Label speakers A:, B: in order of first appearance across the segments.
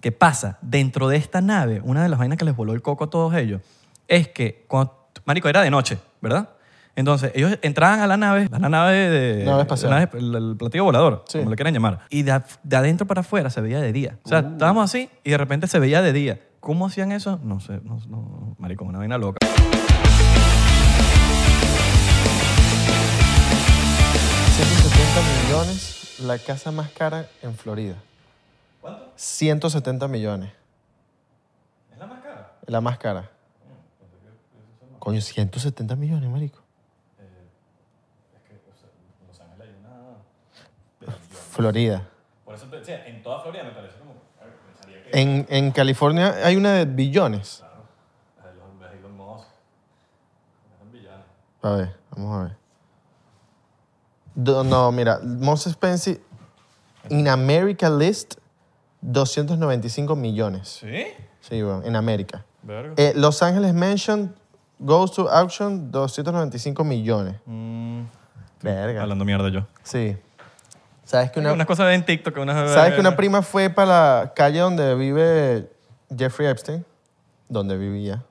A: ¿Qué pasa? Dentro de esta nave, una de las vainas que les voló el coco a todos ellos es que, cuando, marico, era de noche, ¿verdad? Entonces, ellos entraban a la nave, a la nave de...
B: Nave espacial.
A: la nave- el, el platillo volador,
B: Sí.
A: como le quieran llamar. Y de, af- de adentro para afuera se veía de día. O sea,
B: Uh.
A: estábamos así y de repente se veía de día. ¿Cómo hacían eso? No sé, no, no, marico, una vaina loca.
B: Ujú. 170 millones, la casa más cara en Florida. ¿Cuánto? 170 millones. ¿Es la más cara? La más cara. Coño, 170 millones, marico. Florida.
A: Por eso te decía, en toda Florida me parece como...
B: En, en California hay una de billones. A ver, vamos a ver. Do- no, mira, Mons Spencer, in America list, 295 millones.
A: ¿Sí?
B: Sí, weón, en América.
A: Verga.
B: Eh, Los Ángeles Mansion goes to auction, 295 millones.
A: Mm,
B: Verga.
A: hablando mierda yo.
B: Sí. ¿Sabes que una,
A: Unas cosas en TikTok. Unas...
B: ¿Sabes que una prima fue para la calle donde vive Jeffrey Epstein? Donde vivía.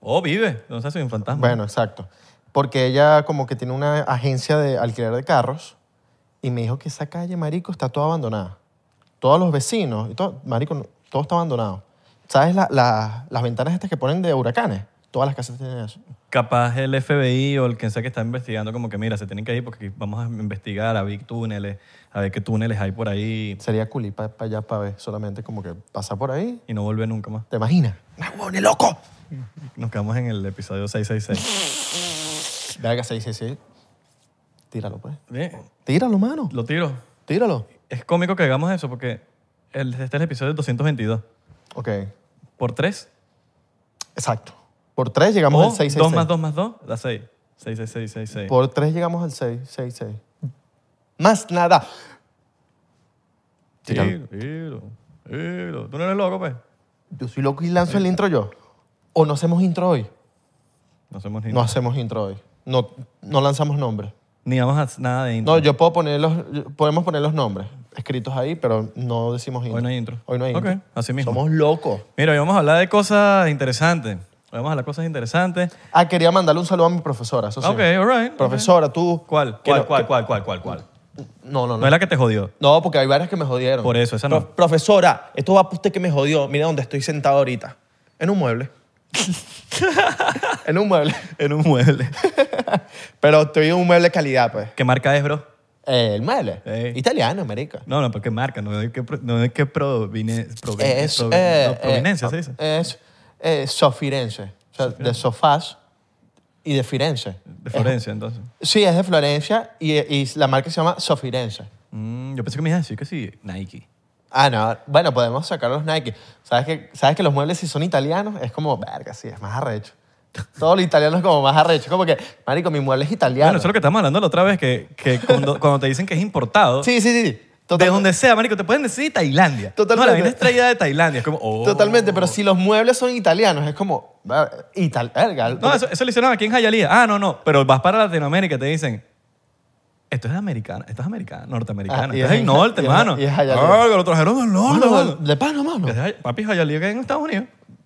A: Oh, vive. No sé si es un fantasma.
B: Bueno, exacto. Porque ella como que tiene una agencia de alquiler de carros y me dijo que esa calle, marico, está toda abandonada. Todos los vecinos, y todo, marico, no- todo está abandonado. ¿Sabes la- la- las ventanas estas que ponen de huracanes? Todas las casas tienen eso.
A: Capaz el FBI o el que sea que está investigando, como que mira, se tienen que ir porque aquí vamos a investigar, a ver túneles, a ver qué túneles hay por ahí
B: Sería cool ir para allá para ver solamente como que pasar por ahí.
A: y no volver nunca más.
B: ¿Te imaginas? ¡No, huevón, es loco!
A: Nos quedamos en el episodio 666.
B: Verga, 666. Tíralo, pues.
A: Bien,
B: Tíralo, mano.
A: lo tiro.
B: Tíralo.
A: Es cómico que hagamos eso porque el- este es el episodio 222.
B: Ok.
A: Por 3,
B: Exacto. Por tres llegamos al
A: o 2
B: 666.
A: Oh, más 2 más 2, da 6. 66666.
B: Por 3 llegamos al 6, 6, 6. Más nada.
A: Tiro, tiro, tiro. Tú no eres loco, pues.
B: Yo soy loco y lanzo el intro yo. O no hacemos intro hoy.
A: No hacemos ni,
B: No hacemos intro hoy. No, no lanzamos nombres.
A: ni vamos a hacer nada de intro.
B: No, yo puedo poner los, podemos poner los nombres escritos ahí, pero no decimos intro.
A: Hoy no hay intro.
B: Hoy no hay
A: Ok,
B: intro.
A: así mismo.
B: Somos locos.
A: Mira, hoy vamos a hablar de cosas interesantes. Hoy Vamos a hablar de cosas interesantes.
B: Ah, quería mandarle un saludo a mi profesora. Eso sí.
A: Ok, all right.
B: Profesora, tú.
A: ¿Cuál?
B: que
A: ¿Cuál,
B: no-
A: cuál, cuál, cuál, cuál, cuál?
B: No, no,
A: No
B: no.
A: es la que te jodió.
B: No, porque hay varias que me jodieron.
A: Por eso, esa no.
B: Pro- profesora, esto va para usted que me jodió. Mira dónde estoy sentado ahorita. En un mueble. en un mueble.
A: En un mueble.
B: Pero estoy en un mueble de calidad, pues.
A: ¿Qué marca es, bro?
B: Eh, el mueble.
A: Ey.
B: Italiano, marica.
A: No, no, pero ¿qué marca? No es que, pro- no es que provine, provine-
B: Es,
A: provi-
B: eh,
A: no,
B: eh,
A: proveniencia, se dice.
B: Es eh, sofirense. O sea, de sofás y de Firenze.
A: De Florencia, entonces.
B: Es- sí, es de Florencia y, y la marca se llama Sofirense.
A: Mm, yo pensé que me ibas a decir que sí, Nike.
B: Ah, no. Bueno, podemos sacar los Nike. ¿Sabes que, ¿Sabes que los muebles, si son italianos, es como, verga, sí, es más arrecho. Todo lo italiano es como más arrecho. Como que, marico, mi mueble es italiano.
A: Bueno, eso es lo que estamos hablando la otra vez, que, que cuando, cuando te dicen que es importado,
B: Sí, sí, sí.
A: de
B: Total-
A: donde sea, marico, te pueden decir Tailandia.
B: Totalmente.
A: No, la vaina es traída de Tailandia. Es como, oh.
B: Totalmente, pero si los muebles son italianos, es como, ver- ital- verga.
A: No, eso, eso lo hicieron aquí en Hialeah. Ah, no, no. Pero vas para Latinoamérica y te dicen, esto es americano, esto es americano, norteamericano.
B: Ah, y
A: esto es
B: es
A: el norte,
B: en- y es-
A: hermano.
B: y es Hialeah.
A: Ah, que lo trajeron del norte,
B: Mano,
A: mano.
B: de pana, mano.
A: Es Hi- Papi, Hialeah que hay en Estados Unidos.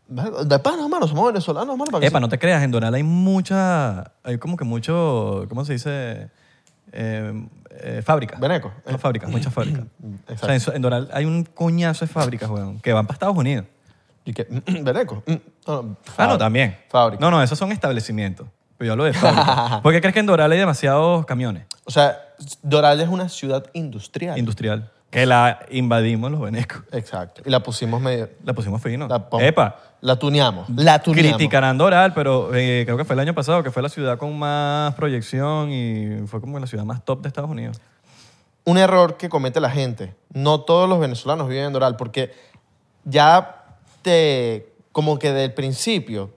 B: Verga, De pana, mano. Somos venezolanos, mano. para que
A: Epa,
B: se-
A: no te creas, en Doral hay mucha, hay como que mucho, ¿cómo se dice? Eh, eh, fábrica.
B: Veneco.
A: Son fábricas, muchas fábricas. O
B: Exacto.
A: sea, en, so- en Doral hay un coñazo de fábricas, weón, que van para Estados Unidos.
B: Y que, veneco. Mm, no, no,
A: Ah,
B: fábrica.
A: no, también.
B: Fábrica.
A: No, no, esos son establecimientos. Pero yo hablo de fábricas. ¿Por qué crees que en Doral hay demasiados camiones?
B: O sea, Doral es una ciudad industrial.
A: industrial que la invadimos los venecos.
B: Exacto. Y la pusimos medio...
A: La pusimos fino.
B: La pom-
A: Epa,
B: La tuneamos. La tuneamos.
A: criticarán Doral, pero eh, creo que fue el año pasado que fue la ciudad con más proyección y fue como la ciudad más top de Estados Unidos.
B: Un error que comete la gente. No todos los venezolanos viven en Doral porque ya te... Como que del principio,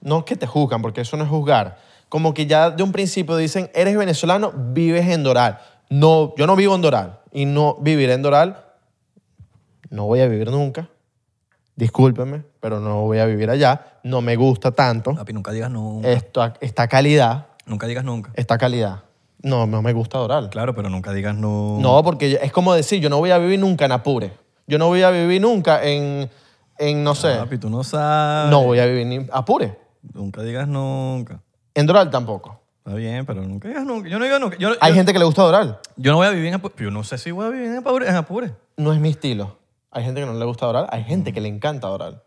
B: no que te juzgan, porque eso no es juzgar. Como que ya de un principio dicen, eres venezolano, vives en Doral. No, yo no vivo en Doral. Y no viviré en Doral. No voy a vivir nunca. Discúlpeme, pero no voy a vivir allá. No me gusta tanto.
A: Papi, nunca digas nunca.
B: Esto, esta calidad
A: Nunca digas nunca.
B: esta calidad. No, no me gusta Doral.
A: Claro, pero nunca digas no.
B: No, porque es como decir, yo no voy a vivir nunca en Apure. Yo no voy a vivir nunca en, en no sé,
A: Papi, tú no sabes.
B: pues. no voy a vivir ni apure.
A: Nunca digas nunca.
B: En Doral tampoco.
A: Está bien, pero nunca digas nunca. Yo no digo nunca. Yo, no-
B: Hay
A: yo-
B: gente que le gusta Doral.
A: yo no voy a vivir en Apure. Yo no sé si voy a vivir en Apure. En Apure.
B: No es mi estilo. Hay gente que no le gusta Doral, hay gente que le encanta Doral.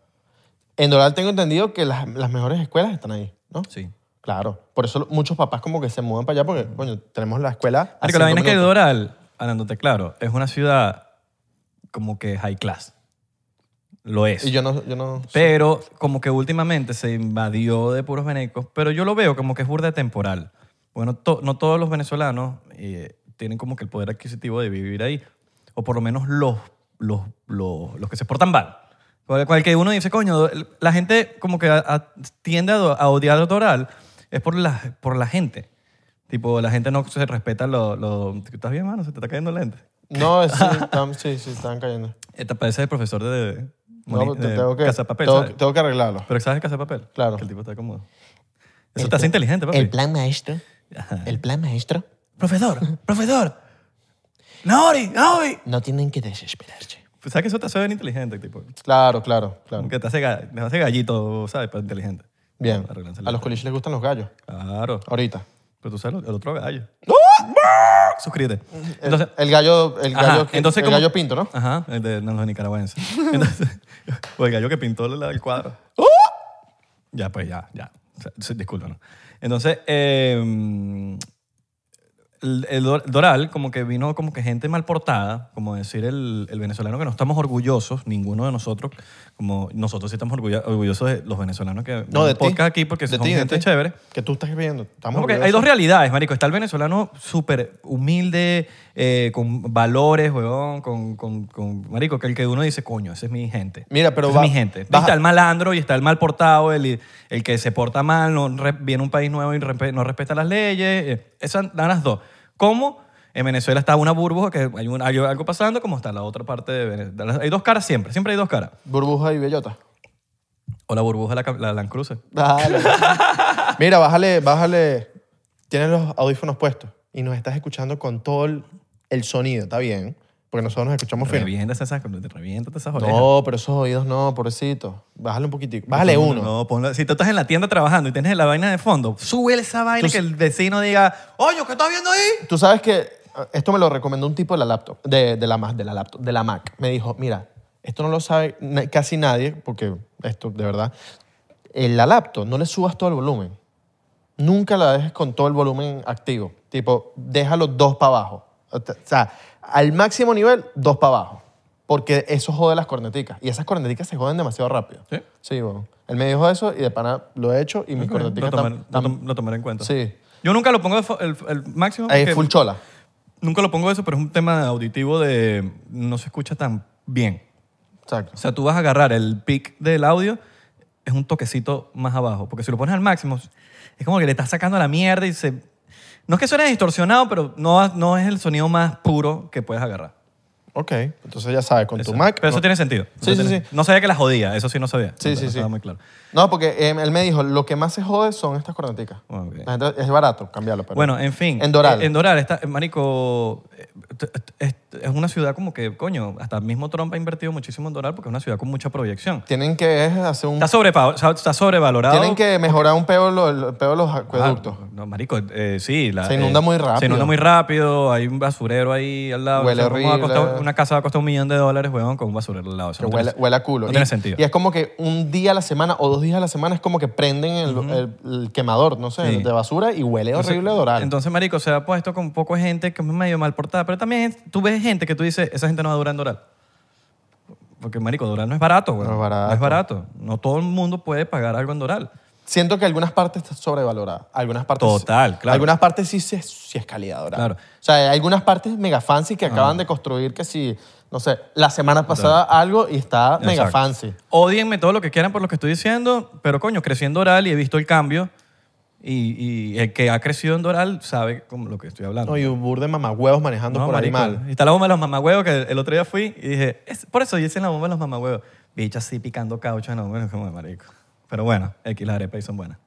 B: En Doral tengo entendido que las, las mejores escuelas están ahí, ¿no?
A: Sí.
B: Claro. Por eso muchos papás como que se mudan para allá porque, coño, tenemos la escuela. a
A: Marico, la
B: cinco
A: vaina es que
B: minutos.
A: Doral, hablándote claro, es una ciudad como que high class. Lo es.
B: Y yo no, yo no
A: Pero como que últimamente se invadió de puros venecos, pero yo lo veo como que es burda temporal. Bueno, to- no todos los venezolanos eh, tienen como que el poder adquisitivo de vivir ahí, o por lo menos los, los, los, los que se portan mal. Cual, cual que uno dice, coño, la gente como que a- a- tiende a, do- a odiar a Doral es por la, por la gente. Tipo, la gente no se respeta lo... lo- ¿Estás bien, mano? ¿Se te está cayendo el lente?
B: No, es- sí, están, sí, sí, están cayendo.
A: Eh, Te parece el profesor de...
B: No,
A: de
B: te- tengo, que,
A: Cazapapel,
B: tengo,
A: ¿sabes?
B: tengo que arreglarlo.
A: Pero ¿sabes casa de papel?
B: Claro.
A: Que el tipo está cómodo. Eso te hace inteligente, papi.
B: plan maestro.
A: Ajá.
B: El plan maestro.
A: Profesor, profesor. Naori, Naori.
B: No tienen que desesperarse.
A: Pues sabes que eso te hace ver inteligente, tipo.
B: Claro, claro,
A: Como
B: claro.
A: que te hace, ga- te hace gallito, ¿sabes? Para inteligente.
B: Bien.
A: Arreglarse la-
B: A los colegios les gustan los gallos.
A: Claro.
B: Ahorita.
A: Pero tú sabes lo- el otro gallo. Suscríbete. Entonces,
B: el gallo, el
A: Ajá,
B: gallo, que-
A: entonces
B: el
A: como-
B: gallo pinto, ¿no?
A: ajá, el de no, los nicaragüenses. Entonces, o el gallo que pintó la- el cuadro.
B: ¡Oh!
A: Ya, pues ya, ya. O sea, sí, Disculpa, ¿no? Entonces, eh, el, el Dor- Doral como que vino como que gente mal portada, como decir el, el venezolano que no estamos orgullosos, ninguno de nosotros, como nosotros sí estamos orgullo- orgullosos de los venezolanos que
B: No, de ti.
A: podcast aquí porque
B: De
A: son
B: ti, de
A: gente
B: ti.
A: chévere.
B: Que tú estás viendo. Estamos
A: No, porque hay
B: orgullosos.
A: dos realidades, marico. Está el venezolano súper humilde, eh, con valores, huevón, con, con- con- marico, que el que uno dice, coño, ese es mi gente.
B: Mira, pero
A: Ese
B: va-
A: es mi gente. Y
B: baja-
A: está el malandro y está el mal portado, el, el que se porta mal, no re- viene a un país nuevo y respe- no respeta las leyes. eh, Esas dan las dos. ¿Cómo? En Venezuela está una burbuja que hay, un- hay algo pasando, como está la otra parte de Venezuela. Hay dos caras siempre, siempre hay dos caras.
B: Burbuja y bellota.
A: O la burbuja, la, ca- la Land Cruiser.
B: Dale. Mira, bájale, bájale. Tienes los audífonos puestos y nos estás escuchando con todo el, el sonido, está bien. Porque nosotros nos escuchamos fino.
A: Reviéntate esas, reviéntate esas orejas.
B: No, pero esos oídos no, pobrecito. Bájale un poquitico. Bájale
A: No,
B: uno.
A: Pues No, ponlo- si tú estás en la tienda trabajando y tienes la vaina de fondo, sube esa vaina que el vecino diga, oye, ¿qué estás viendo ahí?
B: Tú sabes que ah, esto me lo recomendó un tipo de la laptop, de, de la Mac, de la laptop, de la Mac. Me dijo, mira, esto no lo sabe na- casi nadie, porque esto de verdad. En la laptop no le subas todo el volumen. Nunca la dejes con todo el volumen activo. Tipo, déjalo dos para abajo. O te- o sea, al máximo nivel, dos para abajo. Porque eso jode las corneticas. Y esas corneticas se joden demasiado rápido.
A: ¿Sí?
B: Sí, bueno. Él me dijo eso y de pana lo he hecho y mis
A: Lo,
B: corneticas
A: tomar-
B: están...
A: lo tom- lo tomaré en cuenta.
B: Sí.
A: Yo nunca lo pongo de fo- el, el máximo.
B: Eh,
A: porque
B: full chola.
A: Nunca lo pongo eso, pero es un tema auditivo de no se escucha tan bien.
B: Exacto.
A: O sea, tú vas a agarrar el pic del audio, es un toquecito más abajo. Porque si lo pones al máximo, es como que le estás sacando la mierda y se... No es que suene distorsionado, pero no, no es el sonido más puro que puedes agarrar.
B: Ok, entonces ya sabes, con tu
A: Exacto.
B: Mac.
A: Pero eso
B: no-
A: tiene sentido.
B: Sí,
A: Eso
B: sí,
A: tiene-
B: sí.
A: No sabía que la jodía, eso sí no sabía.
B: Sí,
A: No,
B: sí,
A: no
B: sí.
A: Estaba muy claro.
B: No, porque eh, él me dijo, lo que más se jode son estas corneticas.
A: Ah, ok.
B: La gente- es barato cambiarlo. Pero
A: bueno, en fin.
B: En Doral.
A: Eh, En Doral, está, Marico, eh, t- t- es, es una ciudad como que, coño, hasta mismo Trump ha invertido muchísimo en Doral porque es una ciudad con mucha proyección.
B: tienen que es, hacer un...
A: Está, sobrepa- o sea, está sobrevalorado.
B: Tienen que mejorar un peo lo- el peo de los
A: Ah,
B: acueductos.
A: no, marico, eh, sí. la-
B: Se inunda
A: eh,
B: muy rápido.
A: Se inunda muy rápido, hay un basurero ahí al lado.
B: Huele
A: cómo va a costar-
B: horrible.
A: una casa va a costar un millón de dólares, weón, con un basurero al lado. Eso
B: Pero
A: no
B: huele,
A: tiene-
B: huele a culo.
A: No tiene
B: Y-
A: sentido.
B: Y es como que un día a la semana o dos días a la semana es como que prenden el, el- el quemador, no sé,
A: Sí.
B: de basura y huele horrible de oral.
A: Entonces, marico, se ha puesto con poco gente que es medio mal portada. Pero también tú ves gente que tú dices, esa gente no va a durar en Doral. Porque, marico, Doral no es barato, güey.
B: No es barato.
A: No es barato. No todo el mundo puede pagar algo en Doral.
B: Siento que algunas partes están sobrevaloradas. Algunas partes.
A: Total, claro.
B: Algunas partes sí, se- sí es calidad dorada.
A: Claro. Ah.
B: O sea, hay algunas partes mega fancy que acaban de construir que si, no sé, la semana pasada algo y está mega
A: Exacto.
B: fancy.
A: Odienme todo lo que quieran por lo que estoy diciendo, pero coño, crecí en Doral y he visto el cambio. Y, y el que ha crecido en Doral sabe como lo que estoy hablando.
B: No, y un bur de mamagüeos manejando por
A: marico,
B: animal.
A: y Está la bomba de los mamagüeos, que el otro día fui y dije, "Es- por eso hice la bomba de los mamagüeos. Bicho así picando caucho, no, bueno, como de marico. Pero bueno, aquí las arepas ahí son buenas.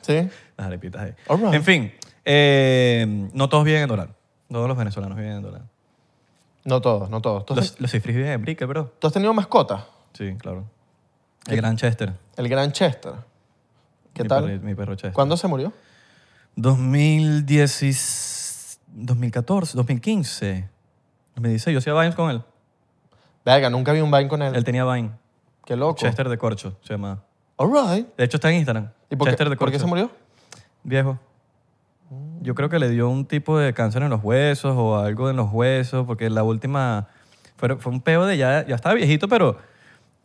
B: ¿Sí?
A: Las arepitas ahí.
B: All right.
A: En fin, eh, no todos viven en dólar. Todos los venezolanos viven en dólar.
B: No todos, no todos. ¿Tú has,
A: Los, los cifris viven en Brickell, bro.
B: tú has tenido mascotas?
A: Sí, claro. El gran Chester.
B: El gran Chester. ¿Qué
A: mi
B: tal?
A: perri- mi perro Chester.
B: ¿Cuándo se murió?
A: 2010, 2014, 2015. 2016, yo hacía Vines con él.
B: Verga, nunca vi un Vine con él.
A: Él tenía Vine.
B: Qué loco.
A: Chester de Corcho se llamaba.
B: All right.
A: De hecho, está en Instagram.
B: ¿Y por,
A: Chester
B: qué,
A: de
B: por qué
A: Corcho.
B: se murió?
A: Viejo. Yo creo que le dio un tipo de cáncer en los huesos o algo en los huesos, porque la última. Fue, fue un peo de ya. Ya estaba viejito, pero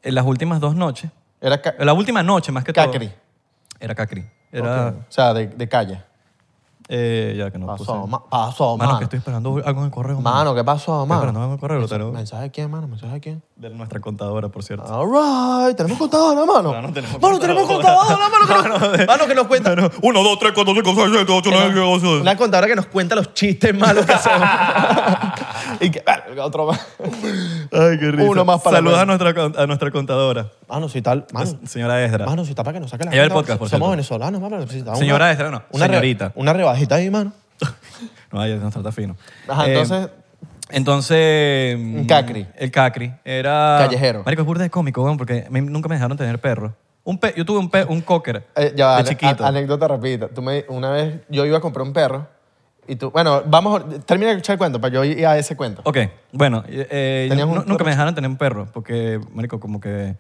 A: en las últimas dos noches.
B: Era ca-
A: La última noche, más que
B: Cacri.
A: todo. Era Cacri. Era.
B: Ok. O sea, de, de calle.
A: eh, ya que no
B: Pasó,
A: puse.
B: ma- pasó,
A: Mano,
B: mano.
A: que estoy esperando algo en el correo.
B: Mano, ¿qué pasó,
A: Estoy
B: mano?
A: esperando algo en el correo, lo
B: Mensaje-
A: tenemos.
B: ¿Mensaje a quién, mano? ¿Mensaje a quién?
A: De nuestra contadora, por cierto.
B: All right. ¿Tenemos contadora, mano?
A: No, no tenemos
B: Ah. mano, tenemos contadora, mano. Que nos, mano, que nos cuenta.
A: Uno, dos, tres, cuatro, cinco, seis, siete, ocho, nueve, diez, once.
B: Una contadora que nos cuenta los chistes malos que hacemos. y que, verga, otro más.
A: Ay, qué risa.
B: Uno más para
A: Saluda a
B: el-
A: nuestra, con- a nuestra contadora,
B: Mano, si tal.
A: la
B: Mano,
A: señora Esdra.
B: mano, si está para que nos saque la
A: Ella ve el
B: cuenta,
A: podcast, por
B: Somos
A: cierto.
B: venezolanos, mano. necesitamos
A: Señora
B: una-
A: Esdra, no,
B: Una re-
A: señorita.
B: Una rebajita ahí, mano.
A: No, ella nos trata fino.
B: Ajá,
A: Eh,
B: entonces-
A: Entonces. mm,
B: cacri.
A: El cacri. Era.
B: Callejero.
A: Marico, es burda de cómico, weón, porque me- nunca me dejaron tener perro. Un pe- yo tuve un, pe- un cocker.
B: Eh, ya, va,
A: de
B: ale-
A: chiquito.
B: a- anécdota rapidita. Tú me, una vez yo iba a comprar un perro y tú, bueno, vamos, a- termina de escuchar el cuento para yo ir a ese cuento.
A: Ok, bueno, eh, eh,
B: Tenías
A: nu-
B: un
A: nunca
B: perro
A: me dejaron tener un perro, porque, marico, como que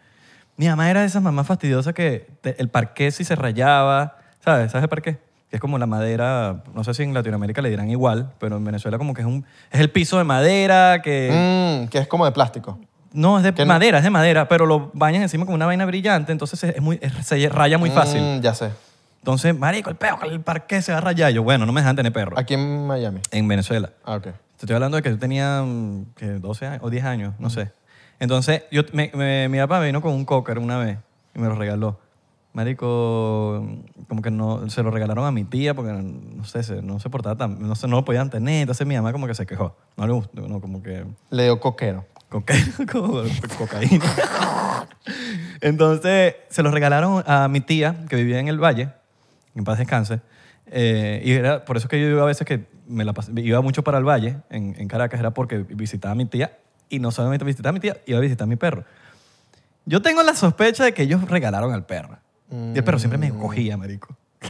A: mi mamá era de esas mamás fastidiosas que te- el parqué si se rayaba, ¿sabes? ¿Sabes el parqué? Que es como la madera, no sé si en Latinoamérica le dirán igual, pero en Venezuela como que es un es el piso de madera que
B: Mm, que es como de plástico.
A: no es de
B: que no-
A: madera, es de madera, pero lo bañan encima con una vaina brillante, entonces es muy es- se raya muy fácil.
B: Mm, ya sé.
A: Entonces, marico, el perro, el parqué se va a rayar. Yo, bueno, no me dejan tener perro
B: Aquí en Miami.
A: en Venezuela.
B: Ah, ok.
A: Te estoy hablando de que yo tenía mm, que 12 años, o 10 años,
B: Mm.
A: no sé. Entonces, yo, me- me- mi papá me vino con un cocker una vez y me lo regaló. Marico, mm, como que no, se lo regalaron a mi tía porque, no sé, se- no se portaba tan, no, se, no lo podían tener. Entonces mi mamá como que se quejó. No le gustó, no, como que
B: Le dio coquero.
A: coca- como cocaína. Entonces, se los regalaron a mi tía, que vivía en el valle, en paz descanse. Eh, y era por eso que yo iba a veces que me la pas- iba mucho para el valle, en, en Caracas, era porque visitaba a mi tía. Y no solamente visitaba a mi tía, iba a visitar a mi perro. Yo tengo la sospecha de que ellos regalaron al perro. Y el perro siempre me cogía, marico.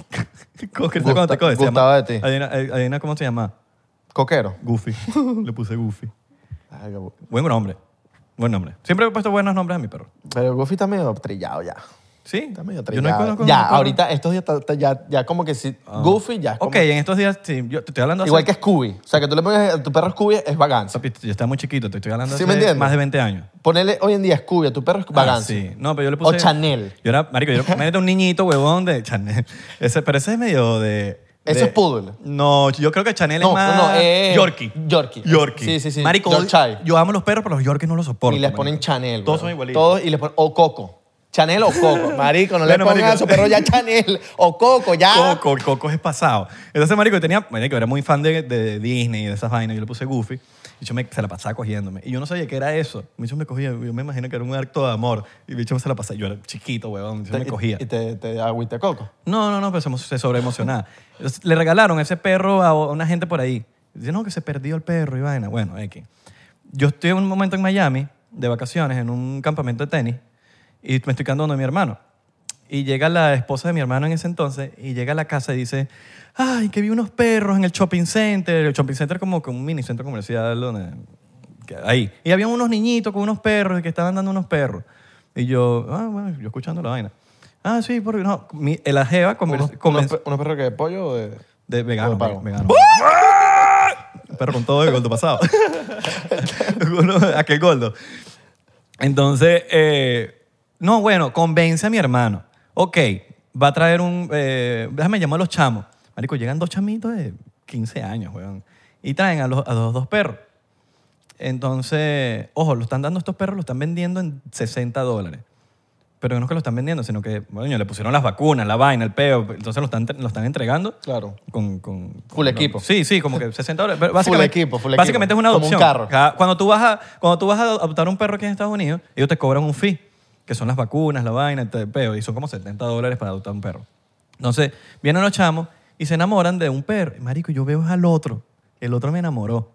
A: ¿Cómo que-
B: Mm. Gusta-
A: cuando te coge? Se llama-
B: gustaba de ti.
A: Adivina, eh, adivina cómo se llama.
B: Coquero.
A: Goofy. Le puse Goofy.
B: Verga, bu-
A: Buen nombre. Buen nombre. Siempre he puesto buenos nombres a mi perro.
B: Pero Goofy está medio trillado ya.
A: Sí.
B: Está medio
A: Yo no
B: trillado.
A: conozco
B: ya,
A: ningún perro.
B: ahorita estos días está- está ya, ya como que si
A: Ah.
B: Goofy ya es como-
A: Ok, en estos días, sí, yo te estoy hablando hace-
B: Igual que Scooby. O sea, que tú le pones a tu perro Scooby es vagancia.
A: Papi, yo estaba muy chiquito, te estoy hablando
B: ¿Sí
A: hace
B: me entiendes?
A: más de 20 años.
B: Ponerle hoy en día Scooby a tu perro es
A: Ah,
B: vagancia.
A: sí. No, pero yo le puse...
B: O Chanel.
A: Yo era, marico, yo era imagínate un niñito huevón de Chanel. Ese, pero ese es medio de...
B: Eso
A: de-
B: es poodle.
A: No, yo creo que Chanel
B: No,
A: es más...
B: no, eh,
A: Yorkie.
B: Yorkie.
A: Yorkie.
B: Sí, sí, sí.
A: Marico,
B: Yorkshire.
A: yo amo los perros, pero los Yorkies no los soporto.
B: y les ponen
A: marico.
B: Chanel.
A: Todos
B: weón.
A: son igualitos.
B: Todos y les ponen o Coco. Chanel o Coco. Marico, no
A: Bueno,
B: le pongan
A: marico.
B: a su perro ya Chanel o Coco, ya.
A: Coco, Coco es pasado. Entonces, marico, yo tenía, marico, era muy fan de, de Disney y de esas vainas. Yo le puse Goofy. Y yo me, se la pasaba cogiéndome. Y yo no sabía qué era eso. Mi bicho me cogía. Yo me imagino que era un acto de amor. Y mi bicho se la pasaba. Yo era chiquito, weón. Yo me
B: Y-
A: cogía.
B: Y te, te agüita Coco.
A: No, no, no, pero se, emo- se sobreemocionaba. Entonces, Le regalaron ese perro a o- a una gente por ahí. Dice, no, que se perdió el perro y vaina. Bueno, X. Yo estoy en un momento en Miami, de vacaciones, en un campamento de tenis, y me estoy quedando donde mi hermano. Y llega la esposa de mi hermano en ese entonces, y llega a la casa y dice, ay, que vi unos perros en el shopping center. El shopping center como que un mini centro comercial donde... que- Ahí. Y había unos niñitos con unos perros y que estaban dando unos perros. Y yo, ah, bueno, yo escuchando la vaina. Ah, sí, porque no. Mi, la jeva conver-
B: ¿Unos, unos
A: convenció-
B: per- unos perros que de pollo o de.?
A: de vegano,
B: Todo pago.
A: ve- vegano. Perro con todo el gordo pasado. Uno- Aquel gordo. Entonces, eh, no, bueno, convence a mi hermano. Ok, va a traer un... eh, déjame llamar a los chamos. Marico, llegan dos chamitos de 15 años, weón. Y traen a los, a los dos perros. Entonces, ojo, lo están dando estos perros, lo están vendiendo en 60 dólares. Pero no es que lo están vendiendo, sino que, bueno, le pusieron las vacunas, la vaina, el peo. Entonces lo están, lo están entregando
B: Claro.
A: con, con-
B: Full
A: con-
B: equipo.
A: Sí, sí, como que 60 dólares. Pero básicamente,
B: equipo, full
A: Básicamente
B: equipo.
A: es una
B: Como un
A: adopción.
B: carro.
A: Cada- Cuando tú, vas a, cuando tú vas a adoptar un perro aquí en Estados Unidos, ellos te cobran un fee, que son las vacunas, la vaina, el peo, y son como 70 dólares para adoptar un perro. Entonces, vienen los chamos y se enamoran de un perro. Marico, yo veo al otro. El otro me enamoró.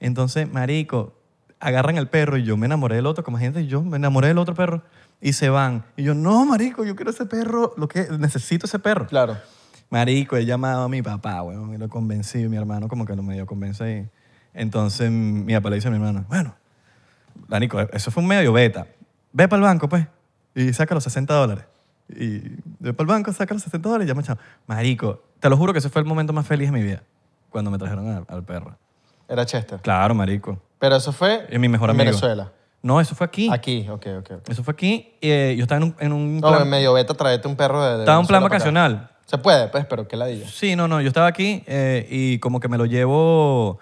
A: Entonces, marico, agarran al perro y yo me enamoré del otro, como gente, yo me enamoré del otro perro y se van. Y yo, no, marico, yo quiero ese perro, lo que necesito ese perro.
B: Claro.
A: Marico, he llamado a mi papá, bueno, me lo convencí, mi hermano como que lo medio convence ahí. Entonces mm, mi papá le dice a mi hermano, bueno, Danico, eso fue un medio beta. Ve para el banco, pues, y saca los 60 dólares. Y ve para el banco, saca los 60 dólares y llama al chamo. Marico, te lo juro que ese fue el momento más feliz de mi vida, cuando me trajeron al, al perro.
B: Era Chester.
A: Claro, marico.
B: Pero eso fue
A: Es mi mejor
B: en
A: amigo.
B: Venezuela.
A: No, eso fue aquí.
B: Aquí, ok, ok. ok.
A: Eso fue aquí. eh, yo estaba en un, en un
B: No,
A: plan-
B: en medio beta traerte un perro de, de
A: estaba en un plan
B: Venezuela para acá.
A: vacacional.
B: Se puede, pues, pero qué ladilla.
A: Sí, no, no, yo estaba aquí eh, y como que me lo llevo,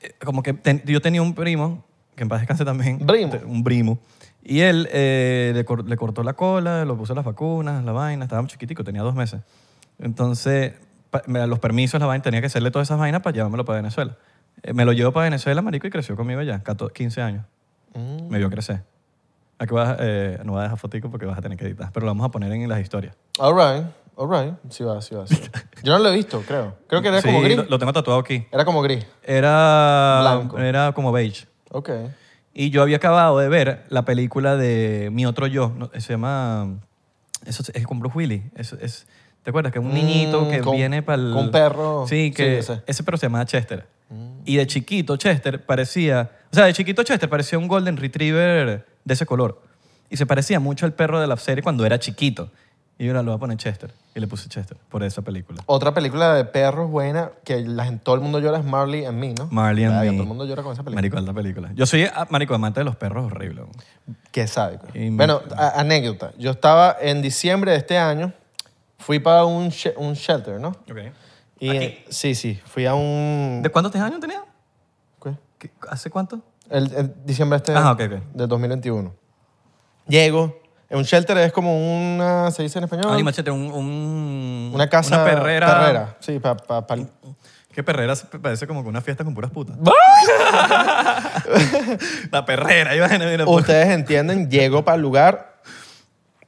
A: eh, como que ten- yo tenía un primo, que en paz descanse también.
B: Brimo.
A: te- Un primo. Y él eh, le, cor- le cortó la cola, lo puso las vacunas, la vaina, estaba muy chiquitico, tenía dos meses. Entonces, pa- me- los permisos, la vaina, tenía que hacerle todas esas vainas para llevármelo para Venezuela. Eh, me lo llevo para Venezuela, marico, y creció conmigo allá, 14, 15 años.
B: Mm.
A: Me vio crecer. Aquí vas, eh, no vas a dejar fotico porque vas a tener que editar, pero lo vamos a poner en las historias.
B: All right, all right. Sí va, sí va. sí va. Yo no lo he visto, creo. Creo que era
A: Sí,
B: como gris.
A: lo- lo tengo tatuado aquí.
B: Era como gris.
A: Era,
B: Blanco.
A: era como beige.
B: Ok.
A: Y yo había acabado de ver la película de Mi Otro Yo. no, Se llama... Eso es, es con Bruce Willis. Es, es- ¿Te acuerdas? Que es un niñito
B: Mm,
A: que
B: con-
A: viene para el...
B: con perro.
A: Sí, que
B: Sí, Mm. yo sé.
A: ese perro se llamaba Chester. Y de chiquito Chester parecía... O sea, de chiquito Chester parecía un Golden Retriever de ese color. Y se parecía mucho al perro de la serie cuando era chiquito. Y yo ahora lo voy a poner Chester. Y le puse Chester por esa película.
B: Otra película de perros buena que la, gente- todo el mundo llora es Marley and Me, ¿no?
A: Marley and
B: Verga,
A: Me.
B: Todo el mundo llora con esa película.
A: Marico, alta película. Yo soy, ah, marico, amante de los perros horrible. weón.
B: Qué sádico.
A: Y-
B: Bueno, a- anécdota. Yo estaba en diciembre de este año, fui para un, she- un shelter, ¿no? Y, eh,
A: Aquí.
B: Sí, sí. Fui a un...
A: ¿De cuántos años tenía?
B: ¿Qué?
A: ¿Qué- ¿Hace cuánto?
B: El, el diciembre este
A: Ajá, Ah, ok, ok.
B: del 2021. Llego. En un shelter es como una... ¿Se dice en español?
A: Ay, Ah, machete, un, un-
B: Ah, una casa...
A: Una perrera.
B: perrera. Sí, para...
A: ¿Qué perrera? Se- Parece como que una fiesta con puras putas. La perrera, pues. iba a generar
B: Ustedes entienden, llego para el lugar,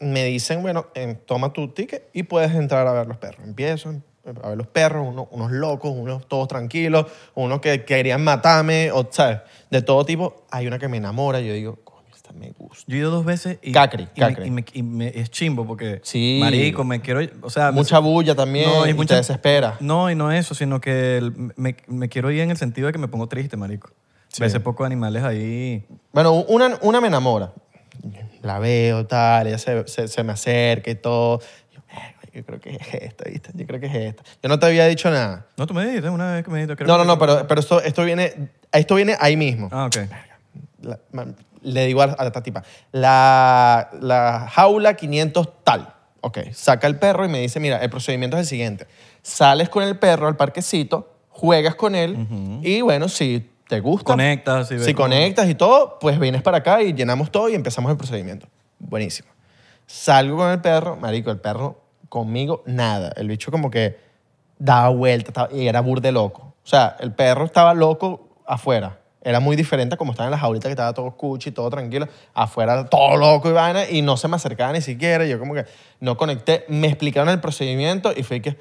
B: me dicen, bueno, em, toma tu ticket y puedes entrar a ver los perros. Empiezo a ver los perros, uno- unos locos, unos todos tranquilos, unos que querían matarme, o ¿sabes? De todo tipo. Hay una que me enamora, yo digo, coño, esta me gusta.
A: Yo he ido dos veces y.
B: Cacri,
A: y me-
B: Cacri.
A: Y, me, y me- es chimbo porque.
B: Sí.
A: Marico, me quiero. O sea. me-
B: Mucha bulla también,
A: No, y
B: y
A: mucha-
B: te desespera.
A: No, y no eso, sino que el- me, me quiero ir en el sentido de que me pongo triste, marico.
B: Sí.
A: Ve Ese poco de animales ahí.
B: Bueno, una, una me enamora. La veo, tal, ella se, se- se me acerca y todo. Yo, "Verga, yo creo que es esta, ¿viste? Yo creo que es esta. Yo no te había dicho nada.
A: No, tú me dijiste una vez que me dijiste. creo
B: No, no,
A: que-
B: no, pero, pero esto, esto, viene, esto viene ahí mismo.
A: Ah, ok.
B: La- ma- le digo a, la- a esta tipa, la, la jaula 500 tal. Ok, saca el perro y me dice, mira, el procedimiento es el siguiente. Sales con el perro al parquecito, juegas con él y bueno, si te gusta...
A: Conectas y ves
B: Si
A: cómo-
B: conectas y todo, pues vienes para acá y llenamos todo y empezamos el procedimiento. Buenísimo. Salgo con el perro, marico, el perro conmigo, nada. El bicho como que daba vuelta estaba- y era burde loco. O sea, el perro estaba loco afuera. Era muy diferente a como estaba en la jaulita, que estaba todo cuchi, todo tranquilo. Afuera todo loco y vaina y no se me acercaba ni siquiera. Yo como que no conecté. Me explicaron el procedimiento y fue que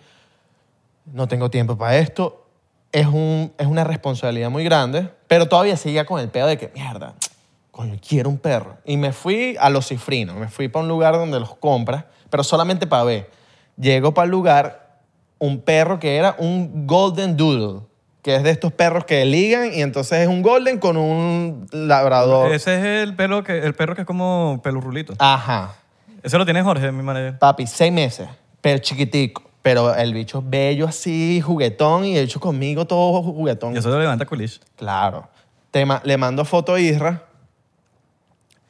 B: no tengo tiempo para esto. Es, un, es una responsabilidad muy grande, pero todavía seguía con el pedo de que, mierda, coño, quiero un perro. Y me fui a los cifrinos, me fui para un lugar donde los compras, pero solamente para ver. Llego para el lugar, un perro que era un Golden Doodle, que es de estos perros que ligan y entonces es un Golden con un labrador.
A: Ese es el perro que, el perro que es como pelurrulito.
B: Ajá.
A: Ese lo tiene Jorge, mi manager.
B: Papi, seis meses, pero chiquitico. Pero el bicho bello así, juguetón, y el bicho conmigo todo juguetón.
A: Y eso lo levanta Kulish.
B: Claro. Te ma- le mando foto a Isra.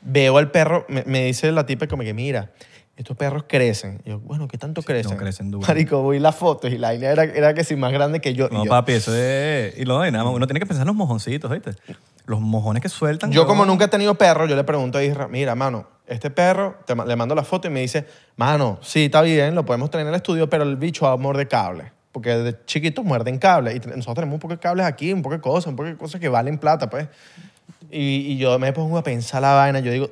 B: Veo al perro. Me, me dice la tipa como que, mira, estos perros crecen. Y yo, bueno, ¿qué tanto crecen?
A: crecen duro.
B: Marico, voy las fotos y la vaina era, era que sí más grande que yo. Y
A: No,
B: yo,
A: papi, eso es... Y lo de nada más, uno tiene que pensar en los mojoncitos, ¿viste? Los mojones que sueltan.
B: yo como
A: huevón.
B: nunca he tenido perro, yo le pregunto a Isra, mira, mano, este perro, te ma- le mando la foto y me dice, mano, sí, está bien, lo podemos traer en el estudio, pero el bicho va a morder cable. Porque de chiquitos muerden cables. Y te- nosotros tenemos un poco de cables aquí, un poco de cosas, un poco de cosas que valen plata, pues. Y, y yo me pongo a pensar la vaina. Yo digo,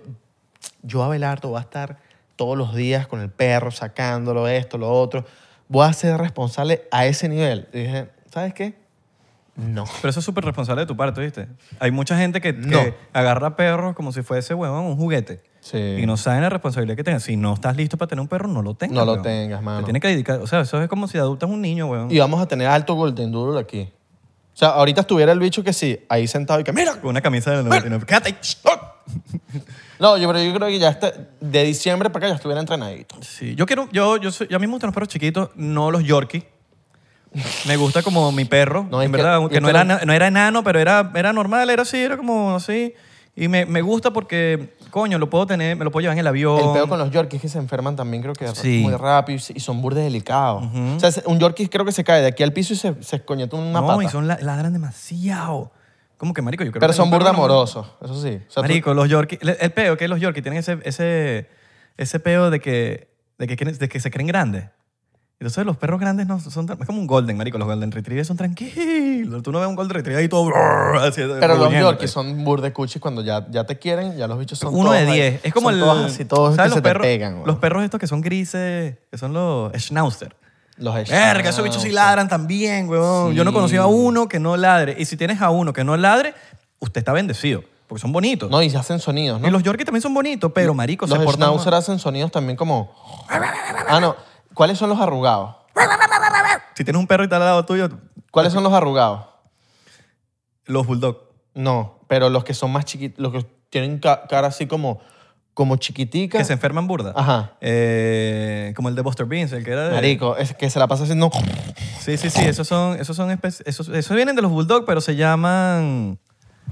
B: yo Abelardo voy a estar todos los días con el perro, sacándolo, esto, lo otro. Voy a ser responsable a ese nivel. Y dije, ¿sabes qué? No.
A: Pero eso es súper responsable de tu parte, ¿viste? Hay mucha gente que, que
B: No.
A: agarra perros como si fuese, huevón, un juguete.
B: Sí.
A: Y no saben la responsabilidad que tienen. Si no estás listo para tener un perro, no lo tengas.
B: No lo
A: huevón.
B: tengas, mano.
A: Te tienes que dedicar. O sea, eso es como si adoptas un niño, huevón.
B: Y vamos a tener alto Golden Doodle aquí. O sea, ahorita estuviera el bicho que sí, ahí sentado y que, mira,
A: Con una camisa del 99. Quédate. oh.
B: No, yo, pero yo creo que ya está, de diciembre para acá ya estuviera entrenadito.
A: Sí, yo quiero, yo, yo soy, a mí me gustan los perros chiquitos, no los Yorkie. Me gusta como mi perro,
B: No,
A: en
B: es que-
A: verdad,
B: es
A: que, no,
B: que
A: era,
B: no-
A: na- no era enano, pero era, era normal, era así, era como así. Y me, me gusta porque, coño, lo puedo tener, me lo puedo llevar en el avión.
B: El peo con los yorkies que se enferman también creo que es
A: Oh. Sí.
B: muy rápido y se- y son burdes delicados. O sea, se- un yorkie creo que se cae de aquí al piso y se, se escoñeta una
A: no,
B: pata.
A: y son la- ladran demasiado. Como que, marico, yo creo
B: pero
A: que
B: son
A: un perro
B: burda
A: no-
B: amorosos, eso sí. O sea, tú-
A: Marico, los Yorkie. El, el peo que los Yorkie tienen ese, ese, ese peo de que, de, que, quieren- de que se creen grandes. Entonces los perros grandes no son tan- Es como un Golden, marico. Los Golden Retrievers son tranquilos. Tú no ves un Golden Retriever ahí todo... brrr, así,
B: pero los
A: gruñéndote.
B: yorkies son burdes cuchis cuando ya, ya te quieren, ya los bichos son
A: Uno de
B: todos ahí-
A: diez. Es como
B: son
A: el...
B: Todos así, todos que
A: ¿sabes
B: se
A: los
B: te
A: perros,
B: pegan.
A: Los
B: weón.
A: perros estos que son grises, que son los Schnauzer.
B: Los
A: Verga, esos bichos sí ladran también, weón. Yo no
B: Sí.
A: conocí a uno que no ladre. Y si tienes a uno que no ladre, usted está bendecido. Porque son bonitos.
B: No, y se hacen sonidos, ¿no?
A: Y los Yorkie también son bonitos, pero marico, se
B: los
A: portan mal.
B: schnauzer hacen sonidos también como... Ah, no. ¿Cuáles son los arrugados?
A: Si tienes un perro y está al lado tuyo,
B: ¿Cuáles son los arrugados?
A: los bulldog.
B: No, pero los que son más chiquitos, los que tienen ca- cara así como, como chiquitica.
A: Que se enferman burda.
B: Ajá.
A: Eh, como el de Buster Beans, el que era de...
B: Marico, es que se la pasa haciendo...
A: Sí, sí, sí. Esos son... Esos son... espe- Esos, esos vienen de los bulldog, pero se llaman...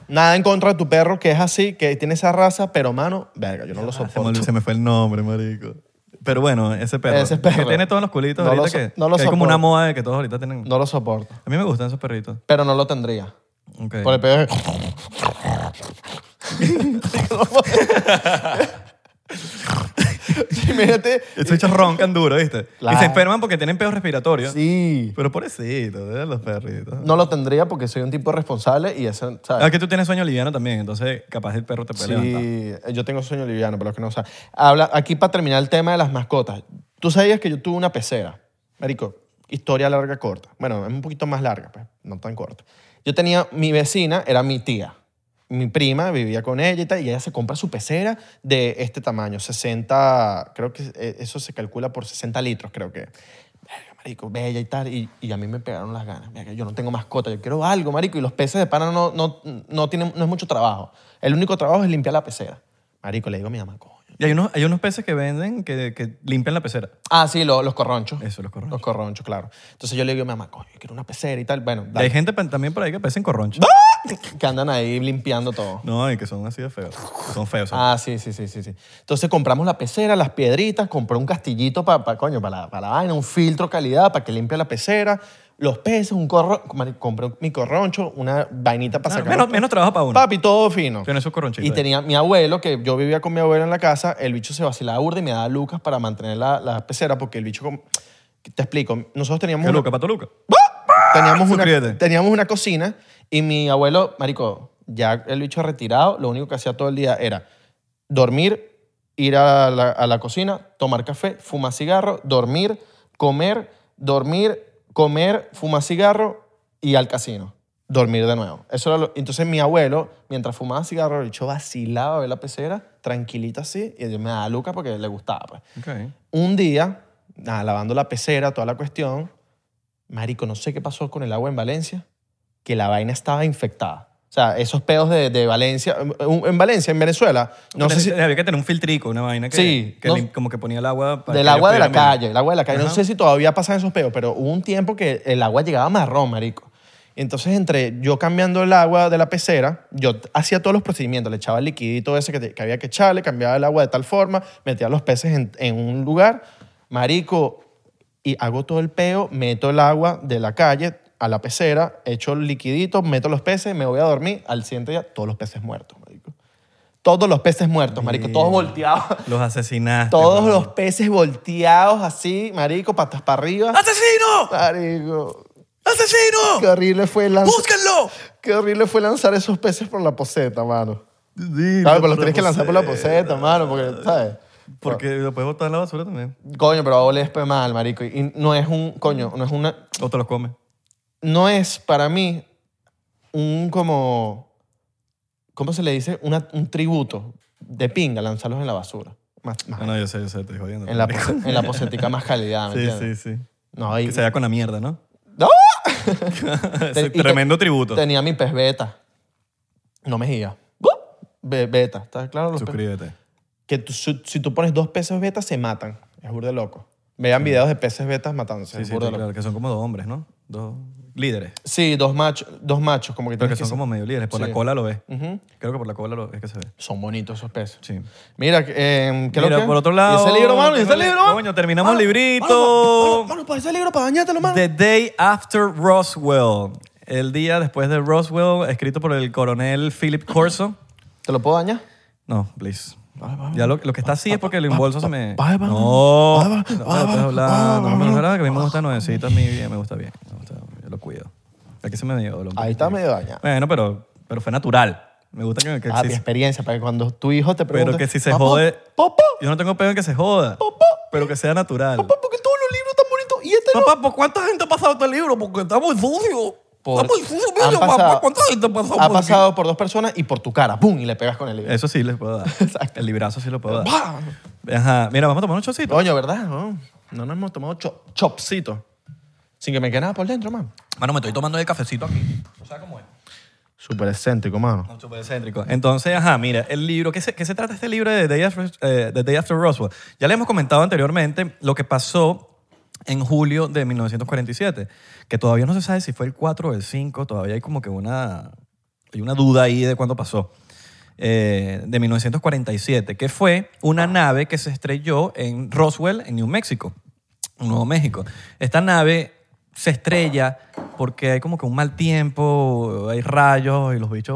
B: Nada en contra de tu perro que es así, que tiene esa raza, pero mano, verga, yo no lo
A: Ah, se, me,
B: soporto.
A: olvidó- se me fue el nombre, marico. Pero bueno, ese perro.
B: Ese perro.
A: Que tiene todos los culitos
B: No lo
A: ahorita
B: so-
A: que...
B: no lo
A: que hay como
B: soporto.
A: una moda de que todos ahorita tienen...
B: No lo soporto.
A: A mí me gustan esos perritos.
B: Pero no lo tendría.
A: Ok.
B: Por el pedo de- Imagínate.
A: Esos bichos roncan duro, ¿viste? Y
B: Claro.
A: se enferman porque tienen peos respiratorios.
B: Sí.
A: Pero pobrecitos, ¿eh? los perritos.
B: No lo tendría porque soy un tipo responsable y eso, ¿sabes?
A: Ah, que tú tienes sueño liviano también, entonces capaz el perro te puede levantar.
B: Sí, yo tengo sueño liviano, pero los que no saben. Habla, aquí para terminar el tema de las mascotas. Tú sabías que yo tuve una pecera. Marico, historia larga, corta. Bueno, es un poquito más larga, pues, no tan corta. Yo tenía, mi vecina era mi tía. Mi prima vivía con ella y tal, y ella se compra su pecera de este tamaño, 60, creo que eh, eso se calcula por 60 litros, creo que. Verga, marico, bella y tal, y, y a mí me pegaron las ganas. Verga, yo no tengo mascota, yo quiero algo, marico, y los peces de pana no, no, no, tienen, no es mucho trabajo. El único trabajo es limpiar la pecera. Marico, le digo a mi mamá, coño.
A: Y hay unos, hay unos peces que venden que, que limpian la pecera.
B: Ah, sí, lo- los corronchos.
A: Eso, los corronchos.
B: Los corronchos, claro. Entonces yo le digo a mi mamá, coño, yo quiero una pecera y tal. Bueno,
A: Y Hay
B: dale,
A: gente pa- también por ahí que parecen corronchos.
B: que andan ahí limpiando todo.
A: No, y que son así de feos. Son feos. son-
B: Ah, sí, sí, sí, sí, sí. Entonces compramos la pecera, las piedritas, compré un castillito para, coño, para la, pa' la vaina, un filtro calidad para que limpie la pecera, los peces, un corro, marico, compré mi corroncho, una vainita para
A: Claro,
B: sacar.
A: menos, menos trabajo para uno.
B: Papi, todo fino.
A: Tiene su corronchito
B: Y
A: ahí.
B: tenía mi abuelo, que yo vivía con mi abuelo en la casa, el bicho se vacilaba burda y me daba lucas para mantener la, la pecera porque el bicho, como- te explico, nosotros teníamos
A: Que
B: una-
A: Luca, pato Luca.
B: teníamos
A: Suscríbete.
B: una, teníamos una cocina y mi abuelo, marico, ya el bicho retirado, lo único que hacía todo el día era dormir, ir a la, a la cocina, tomar café, fumar cigarro, dormir, comer, dormir, comer, fumar cigarro y al casino. Dormir de nuevo. Eso era lo- entonces mi abuelo, mientras fumaba cigarro, el bicho vacilaba de la pecera, tranquilita así, y yo me daba lucas porque le gustaba. Pues
A: Ok.
B: un día, nada, lavando la pecera, toda la cuestión, marico, no sé qué pasó con el agua en Valencia, que la vaina estaba infectada. O sea, esos pedos de, de Valencia, en en Valencia, en Venezuela, no sé si...
A: Había que tener un filtrico, una vaina que,
B: Sí,
A: que
B: no-
A: lim- como que ponía el agua. para
B: Del
A: que ellos
B: agua de la
A: pudieran beber.
B: calle, el agua de la calle. No
A: Ajá.
B: sé si todavía pasan esos pedos, pero hubo un tiempo que el agua llegaba marrón, marico. Entonces, entre yo cambiando el agua de la pecera, yo t- hacía todos los procedimientos. Le echaba el liquidito ese que, te- que había que echarle, cambiaba el agua de tal forma, metía los peces en, en un lugar, marico, y hago todo el peo, meto el agua de la calle a la pecera, echo el liquidito, meto los peces, me voy a dormir. Al siguiente día, todos los peces muertos, marico. Todos los peces muertos, marico. Todos volteados.
A: Los asesinaste.
B: Todos
A: weón.
B: los peces volteados así, marico, patas para arriba.
A: ¡Asesino!
B: Marico, qué
A: ¡Asesino!
B: horrible fue lanzar,
A: ¡Búsquenlo!
B: qué horrible fue lanzar esos peces por la poseta, mano.
A: Sí, no,
B: Claro, pero los tienes que lanzar por la
A: poseta.
B: poseta, mano, porque, ¿sabes?
A: Porque lo puedes botar en la basura también.
B: Coño, pero ole después pues mal, marico. Y no es un, coño, no es una,
A: O te los comes.
B: no es para mí un como, ¿cómo se le dice? Una- un tributo de pinga, lanzarlos en la basura. Más, más-
A: No, no, yo sé, yo sé, estoy jodiendo.
B: en, la pose- en la posetica más calidad, ¿me
A: Sí, sí,
B: entiendes?
A: sí.
B: No, y-
A: Que se vaya con la mierda, ¿no?
B: ¡No!
A: Ese
B: y te-
A: tremendo tributo.
B: Tenía mi pez beta. No me giga. Be- beta, ¿está claro? Los pe-
A: Suscríbete.
B: que tú- si, si tú pones dos peces beta, se matan. Es burde loco. Vean videos de peces betas matándose.
A: Sí,
B: es
A: sí,
B: burda
A: sí,
B: loco.
A: claro, que son como dos hombres, ¿no? Dos líderes.
B: Sí, dos machos, dos machos como que
A: Pero que
B: tienes
A: son como medio líderes. Por
B: Sí.
A: la cola lo ves.
B: Ujú.
A: Creo que por la cola lo- es que se ve.
B: Son bonitos esos peces.
A: Sí.
B: Mira, eh, ¿qué es lo
A: Mira,
B: que?
A: por otro lado.
B: ¿Y ese libro, mano? ¿Y ese
A: tengo li-
B: libro, mano?
A: Coño, terminamos
B: Mano,
A: el librito.
B: Mano, mano, mano, para ese libro, para dañártelo, mano.
A: The Day After Roswell. El día después de Roswell, escrito por el coronel Philip Corso.
B: ¿Te lo puedo dañar?
A: No, please.
B: Vale, vale.
A: Ya lo, lo que está así es porque el bolso se me...
B: vale, vale.
A: No,
B: Vale,
A: no,
B: vale,
A: pero
B: vale,
A: estás
B: vale,
A: hablando.
B: vale,
A: No,
B: vale.
A: pero es que a mí me gusta nuevecito, a mí bien, me gusta bien. me gusta- yo lo cuido. Aquí se me dio lo-
B: Ahí está medio dañado.
A: Bueno, pero, pero fue natural. Me gusta que, que
B: Ah, mi
A: exista-
B: experiencia, para que cuando tu hijo te pregunte...
A: que si se
B: "Papá,
A: jode-
B: Papá,
A: Yo no tengo peor en que se joda,
B: papá,
A: pero que sea natural.
B: papá, ¿por qué todos los libros tan bonitos? Y este no.
A: Papá, ¿por cuánta gente ha pasado este libro? Porque está muy sucio.
B: Por-
A: Está muy sucio,
B: han
A: mira, papá.
B: pasado-
A: ¿Cuánta gente ha pasado
B: Ha
A: por aquí?
B: pasado por dos personas y por tu cara. ¡Pum! Y le pegas con el libro.
A: Eso sí les puedo dar.
B: Exacto.
A: El librazo sí lo puedo dar.
B: ¡Bah!
A: Ajá. Mira, vamos a tomar un chocito.
B: Coño, ¿verdad? No, no nos hemos tomado cho- chopsito. Sin que me quede nada por dentro, man.
A: Mano, me estoy tomando el cafecito aquí. O sea, ¿cómo es?
B: Súper excéntrico, mano.
A: No, súper excéntrico. Entonces, ajá, mira, el libro, ¿qué se, qué se trata este libro de The Day, After, eh, The Day After Roswell? Ya le hemos comentado anteriormente lo que pasó en julio de 1947, que todavía no se sabe si fue el 4 o el 5, todavía hay como que una, hay una duda ahí de cuándo pasó, eh, de 1947, que fue una nave que se estrelló en Roswell, en New Mexico. Nuevo México. Esta nave se estrella porque hay como que un mal tiempo, hay rayos y los bichos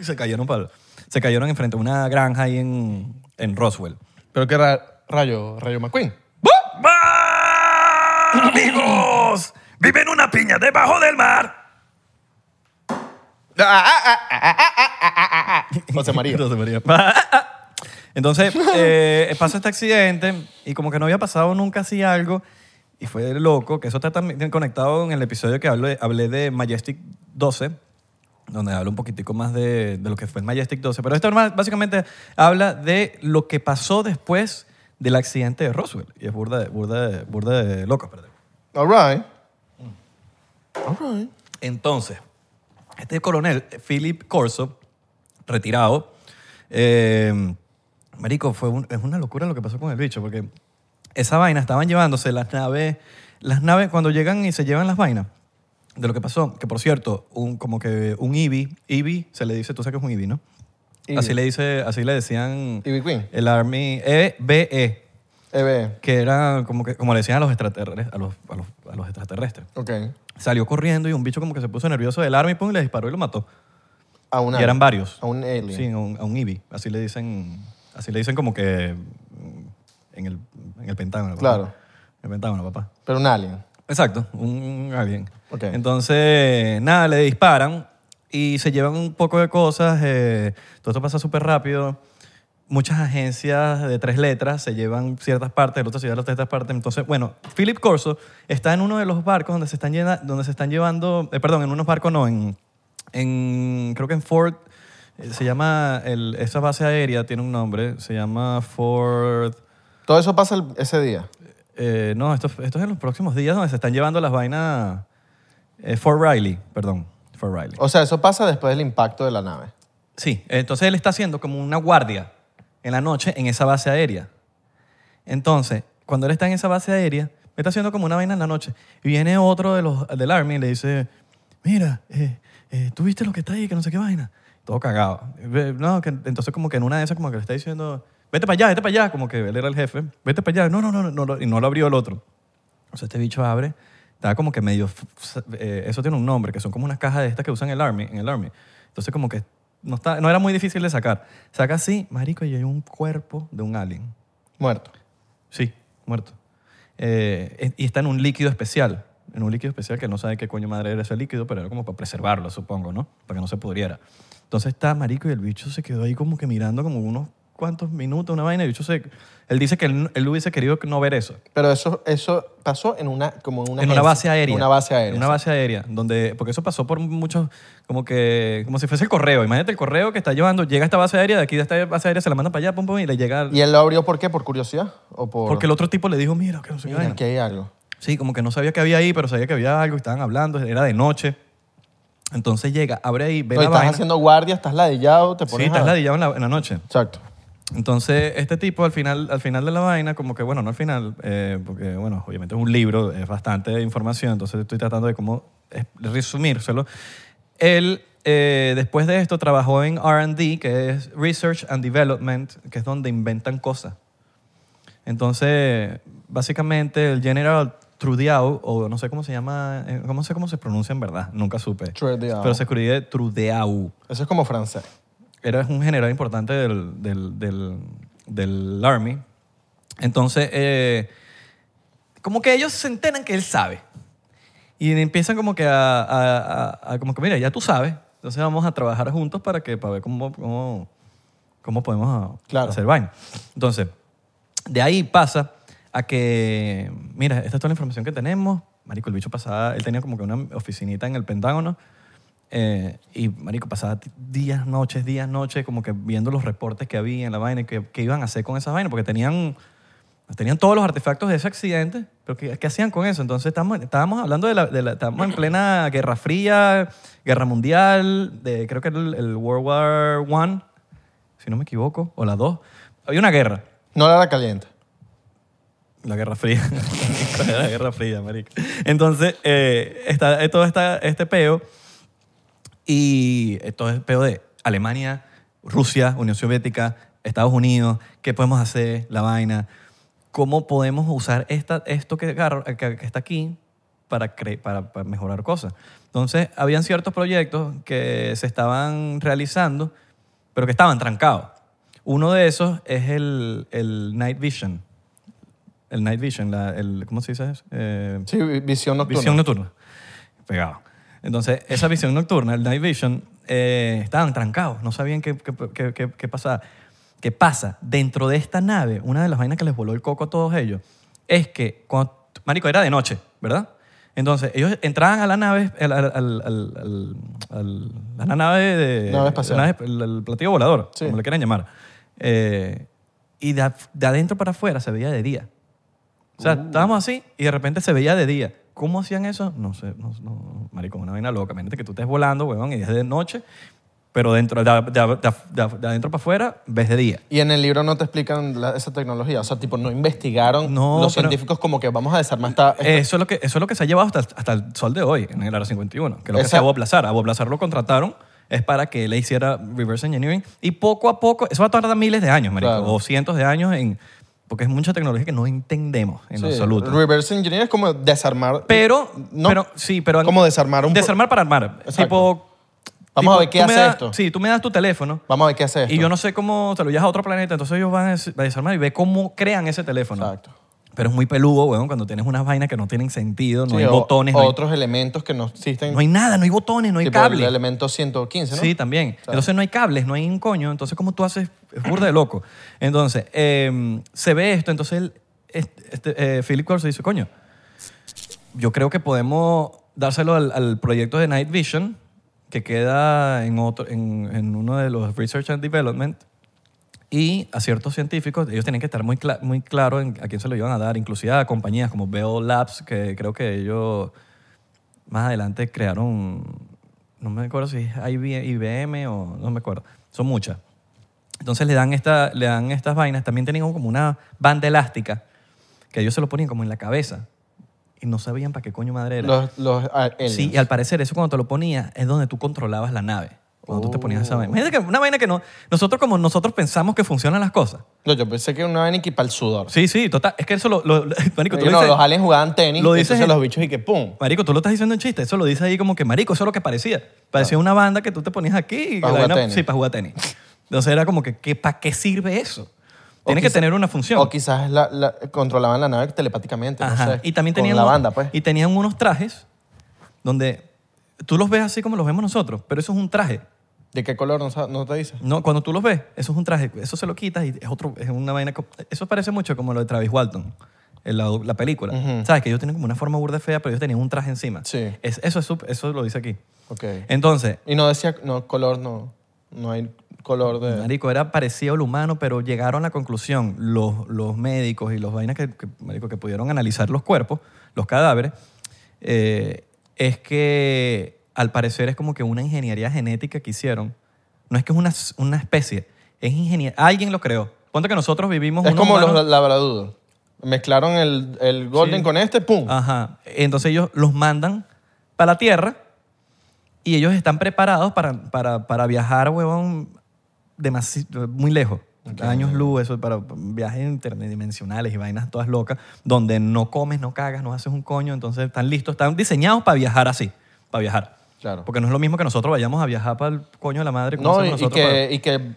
A: y se cayeron para se cayeron enfrente a una granja ahí en, en Roswell.
B: Pero qué ra- rayo, rayo McQueen.
A: ¡Amigos! ¡Vive en una piña debajo del mar!
B: Ah, ah, ah, ah, ah, ah, ah, ah, ah, ah. José María.
A: Entonces, María. Ah, Entonces, eh, pasó este accidente y como que no había pasado nunca así algo y fue loco, que eso está también conectado en el episodio que hablé, hablé de Majestic 12, donde hablo un poquitico más de, de lo que fue el Majestic 12, pero esto normal- básicamente habla de lo que pasó después del accidente de Roswell y es burda de, burda de- burda de loco, espérate.
B: All right. All right.
A: Entonces, este coronel, Philip Corso, retirado, eh, Marico, fue un- es una locura lo que pasó con el bicho, porque esa vaina estaban llevándose las naves, las naves cuando llegan y se llevan las vainas. De lo que pasó, que por cierto, un, como que un IBI, IBI se le dice, tú sabes que es un IBI, ¿no?
B: IBI.
A: Así le dice, así le decían
B: Ivy Queen. Eh,
A: el Army, EBE,
B: EB.
A: que era como que, como le decían a los extraterrestres, a los- a los, a los extraterrestres
B: Ok.
A: salió corriendo y un bicho como que se puso nervioso del arma y pum, le disparó y lo mató.
B: A una.
A: Y eran varios.
B: A un alien.
A: Sí, a un, a un IBI. Así le dicen, así le dicen como que mm, en el, en el Pentágono. papá.
B: Claro.
A: En el Pentágono, papá.
B: Pero un alien.
A: Exacto, un alguien.
B: Ok.
A: Entonces, nada, le disparan y se llevan un poco de cosas. eh, todo esto pasa súper rápido. Muchas agencias de tres letras se llevan ciertas partes, el otro se lleva las ciertas partes. Entonces, bueno, Philip Corso está en uno de los barcos donde se están, llena- donde se están llevando, eh, perdón, en unos barcos no, en, en creo que en Ford, eh, se llama, el- esa base aérea tiene un nombre, se llama Ford...
B: Todo eso pasa el- ese día.
A: Eh, no, esto, esto es en los próximos días donde se están llevando las vainas. eh, Fort Riley, perdón. Fort Riley.
B: O sea, eso pasa después del impacto de la nave.
A: Sí, entonces él está haciendo como una guardia en la noche en esa base aérea. Entonces, cuando él está en esa base aérea, está haciendo como una vaina en la noche. Y viene otro de los, del Army y le dice, mira, eh, eh, tú viste lo que está ahí, que no sé qué vaina. Todo cagado. Ve- No, que, entonces como que en una de esas como que le está diciendo, vete para allá, vete para allá. Como que él era el jefe. Vete para allá. No, no, no, no, no, lo- Y no lo abrió el otro. Entonces este bicho abre, estaba como que medio, eh, eso tiene un nombre, que son como unas cajas de estas que usan el army, en el army. Entonces como que no, está, no era muy difícil de sacar. Saca así, marico, y hay un cuerpo de un alien.
B: Muerto.
A: Sí, muerto. Eh, es- y está en un líquido especial, en un líquido especial que no sabe qué coño madre era ese líquido, pero era como para preservarlo, supongo, ¿no? Para que no se pudriera. Entonces está marico y el bicho se quedó ahí como que mirando como unos cuántos minutos, una vaina. Y yo sé, él dice que él, él hubiese querido no ver eso.
B: Pero eso, eso pasó en una, como en una,
A: en una
B: agencia,
A: base aérea.
B: En una base aérea.
A: En una base aérea. Donde, porque eso pasó por muchos, como que, como si fuese el correo. Imagínate el correo que está llevando, llega a esta base aérea, de aquí de esta base aérea se la manda para allá, pum, pum, y le llega. al-
B: ¿Y él lo abrió por qué? ¿Por curiosidad? ¿O por...?
A: porque el otro tipo le dijo, mira, que no sé qué
B: Mira,
A: vaina".
B: aquí hay algo.
A: Sí, como que no sabía que había ahí, pero sabía que había algo, estaban hablando, era de noche. Entonces llega, abre ahí, ve
B: No,
A: la
B: y estás
A: vaina.
B: haciendo guardia, estás ladillado, te
A: Sí,
B: pones
A: estás
B: a-
A: ladillado en la, en la noche.
B: Exacto.
A: Entonces, este tipo al final, al final de la vaina, como que, bueno, no al final, eh, porque, bueno, obviamente es un libro, es bastante información, entonces estoy tratando de cómo eh, resumírselo. Él, eh, después de esto, trabajó en RD, que es Research and Development, que es donde inventan cosas. Entonces, básicamente, el General Trudeau, o no sé cómo se llama, eh, no sé cómo se pronuncia en verdad, nunca supe.
B: Trudeau.
A: Pero se escribe Trudeau.
B: Eso es como francés.
A: Era un general importante del, del, del, del Army. Entonces, eh, como que ellos se enteran que él sabe. Y empiezan como que a, a- a- a- como que, mira, ya tú sabes. Entonces vamos a trabajar juntos para que, para ver cómo, cómo, cómo podemos a-
B: Claro.
A: hacer vaina. Entonces, de ahí pasa a que, mira, esta es toda la información que tenemos. Marico, el bicho pasaba, él tenía como que una oficinita en el Pentágono. eh, y, marico, pasaba t- días, noches, días, noches, como que viendo los reportes que había en la vaina y que, que iban a hacer con esa vaina, porque tenían, tenían todos los artefactos de ese accidente, pero ¿qué, qué hacían con eso? Entonces estamos, estábamos hablando de la, de la- Estábamos en plena Guerra Fría, Guerra Mundial, de, creo que era el, el World War One, si no me equivoco, o la dos. Había una guerra.
B: No la era caliente.
A: La Guerra Fría. la Guerra Fría, marico. Entonces, eh, está, eh, todo está, este peo y eh, todo el peo de Alemania, Rusia, Unión Soviética, Estados Unidos, ¿qué podemos hacer? La vaina. ¿Cómo podemos usar esta, esto que, agarro- que- que está aquí para, cre- para, para mejorar cosas? Entonces, habían ciertos proyectos que se estaban realizando, pero que estaban trancados. Uno de esos es el, el Night Vision. El Night Vision, la- el, ¿cómo se dice eso? Eh,
B: Sí, vi- visión nocturna.
A: Visión nocturna. Pegado. Entonces, esa visión nocturna, el night vision, eh, estaban trancados, no sabían qué, qué, qué- qué- qué pasaba. ¿Qué pasa? Dentro de esta nave, una de las vainas que les voló el coco a todos ellos es que, cuando, Marico, era de noche, ¿verdad? Entonces, ellos entraban a la nave, al- al- al- al- al- al- a la nave de.
B: Nave espacial.
A: la el, el platillo volador,
B: Sí.
A: como le quieran llamar. Eh, y de, af- de adentro para afuera se veía de día. O sea, estábamos así y de repente se veía de día. ¿Cómo hacían eso? No sé, no, no, marico, una vaina loca. Imagínate que tú estés volando, huevón, y es de noche, pero dentro, de, de- de- de- de adentro para afuera ves de día.
B: Y en el libro no te explican la- esa tecnología. O sea, tipo, no investigaron
A: No,
B: los
A: pero- Eh,
B: científicos como que vamos a desarmar esta...
A: Eso es, lo que, eso es lo que se ha llevado hasta, hasta el sol de hoy, en el Área 51, que es lo que
B: Esa-
A: hacía Bob Lazar. A Bob Lazar lo contrataron es para que él hiciera reverse engineering y poco a poco, eso va a tardar miles de años, marico,
B: Claro.
A: o cientos de años, en, porque es mucha tecnología que no entendemos en lo
B: Sí,
A: absoluto.
B: Reverse engineering es como desarmar...
A: Pero,
B: No.
A: pero sí, pero
B: ¿Cómo desarmar un pro-
A: desarmar para armar.
B: Exacto.
A: Tipo, tipo,
B: Vamos a ver qué
A: tú me
B: hace
A: das-
B: esto.
A: Sí, tú me das tu teléfono
B: Vamos a ver qué hace esto.
A: y yo no sé cómo te lo llevas a otro planeta, entonces ellos van a des- a desarmar y ve cómo crean ese teléfono.
B: Exacto.
A: Pero es muy peludo, weón, cuando tienes unas vainas que no tienen sentido, no
B: Sí,
A: hay
B: o-
A: botones,
B: o
A: no hay,
B: otros elementos que no existen.
A: no hay nada, no hay botones, no hay
B: tipo
A: cables.
B: el elemento 115, ¿no?
A: Sí, también. Entonces no hay cables, no hay un coño. Entonces, como tú haces? Es burda de loco. Entonces, eh, se ve esto. Entonces, él, este, este, eh, Philip Corso dice, coño, yo creo que podemos dárselo al, al proyecto de Night Vision, que queda en, otro, en, en uno de los Research and Development, y a ciertos científicos, ellos tienen que estar muy, cla- muy claros en a quién se lo iban a dar, inclusive a compañías como Bell Labs, que creo que ellos más adelante crearon, no me acuerdo si es IBM, IBM o no me acuerdo, son muchas. Entonces le dan, esta, le dan estas vainas, también tenían como una banda elástica, que ellos se lo ponían como en la cabeza y no sabían para qué coño madre era.
B: Los, los ah, a- aliens.
A: Sí, y al parecer eso cuando te lo ponías es donde tú controlabas la nave. Cuando tú te ponías esa vaina. Imagínate que una vaina que no. Nosotros, como nosotros pensamos que funcionan las cosas.
B: No, yo pensé que era una vaina que para el sudor.
A: Sí, sí, total. Es que eso lo. lo- lo- marico, tú
B: Yo,
A: lo
B: no,
A: dices-
B: los aliens jugaban tenis,
A: Lo
B: entonces
A: dices en-
B: los bichos y que pum.
A: Marico, tú lo estás diciendo en chiste. Eso lo dice ahí como que, marico, eso es lo que parecía. Parecía una banda que tú te ponías aquí. y
B: Pa'
A: la
B: jugar
A: vaina-
B: tenis.
A: Sí, para jugar tenis. Entonces era como que, ¿para qué sirve eso?
B: O
A: Tiene que
B: quizá-
A: tener una función.
B: O quizás la- la- controlaban la nave telepáticamente. no
A: Ajá.
B: sé,
A: y también
B: con
A: tenían
B: la
A: unos-
B: banda, pues.
A: Y tenían unos trajes donde tú los ves así como los vemos nosotros, pero eso es un traje.
B: ¿De qué color no, sa- no te dice?
A: No, cuando tú los ves, eso es un traje, eso se lo quitas y es otro, es una vaina. co- Eso parece mucho como lo de Travis Walton, en la, la película.
B: Ujú.
A: Sabes que ellos tienen como una forma burda fea, pero ellos tenían un traje encima.
B: Sí.
A: Es- eso, es, sup- eso lo dice aquí.
B: Ok.
A: Entonces,
B: Y no decía, no, color no. No hay color de...
A: Marico, era parecido al humano, pero llegaron a la conclusión los, los médicos y los vainas que, que, marico, que pudieron analizar los cuerpos, los cadáveres, eh, es que al parecer es como que una ingeniería genética que hicieron. No es que es una, s- una especie, es ingeniería. Alguien lo creó. Ponte que nosotros vivimos
B: Es
A: unos
B: como los
A: humanos-
B: labradudos. Mezclaron el, el golden
A: Sí. Ah.
B: con este, ¡pum!
A: Ajá. Entonces ellos los mandan para la Tierra y ellos están preparados para, para, para viajar, huevón, demasi- muy lejos. Años luz, eso para viajes interdimensionales y vainas todas locas, donde no comes, no cagas, no haces un coño, entonces están listos, están diseñados para viajar así, para viajar.
B: Claro.
A: Porque no es lo mismo que nosotros vayamos a viajar para el coño de la madre como
B: No, y,
A: hacemos
B: y
A: nosotros para-
B: que, y que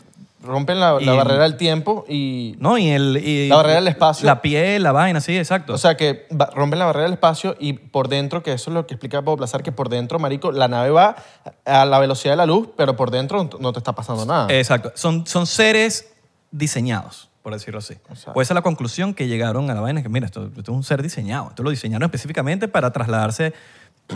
B: rompen la, la
A: Y-
B: barrera del tiempo y...
A: No, y el... y-
B: La barrera del espacio.
A: La piel, la vaina, sí, exacto.
B: O sea, que va- rompen la barrera del espacio y por dentro, que eso es lo que explica Bob Lazar, que por dentro, marico, la nave va a la velocidad de la luz, pero por dentro no te está pasando nada.
A: Exacto. Son, son seres diseñados, por decirlo así.
B: Exacto.
A: Pues esa es la conclusión que llegaron a la vaina, que mira, esto, esto es un ser diseñado. Esto lo diseñaron específicamente para trasladarse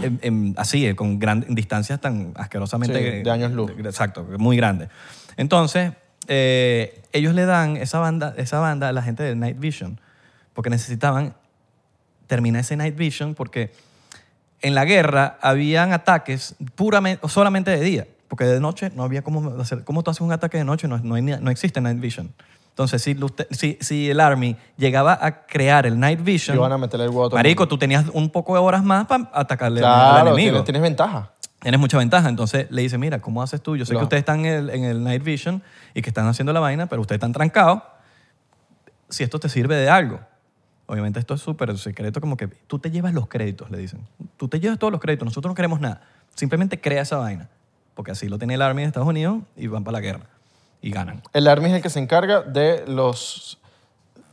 A: en- en- así, eh, con gran, en distancias tan asquerosamente...
B: Sí, de años luz.
A: Exacto, muy grandes. Entonces, eh, ellos le dan esa banda, esa banda a la gente de Night Vision, porque necesitaban terminar ese Night Vision porque en la guerra habían ataques puramente, solamente de día, porque de noche no había cómo hacer, cómo tú haces un ataque de noche, no, no, hay ni- no existe night vision. Entonces, si, lo- usted- si, si el Army llegaba a crear el night vision,
B: Y van a meterle el huevo a todo el
A: marico, tú tenías un poco de horas más para atacarle al- al
B: Claro,
A: enemigo.
B: tienes, tienes ventaja.
A: Tienes mucha ventaja. Entonces le dice, mira, ¿cómo haces tú? Yo sé
B: Lo-
A: que ustedes están en el, en el night vision y que están haciendo la vaina, pero ustedes están trancados. Si esto te sirve de algo. Obviamente esto es súper secreto, como que tú te llevas los créditos, le dicen. Tú te llevas todos los créditos, nosotros no queremos nada. Simplemente crea esa vaina. Porque así lo tiene el Army de Estados Unidos y van para la guerra. Y ganan.
B: El Army es el que se encarga de los...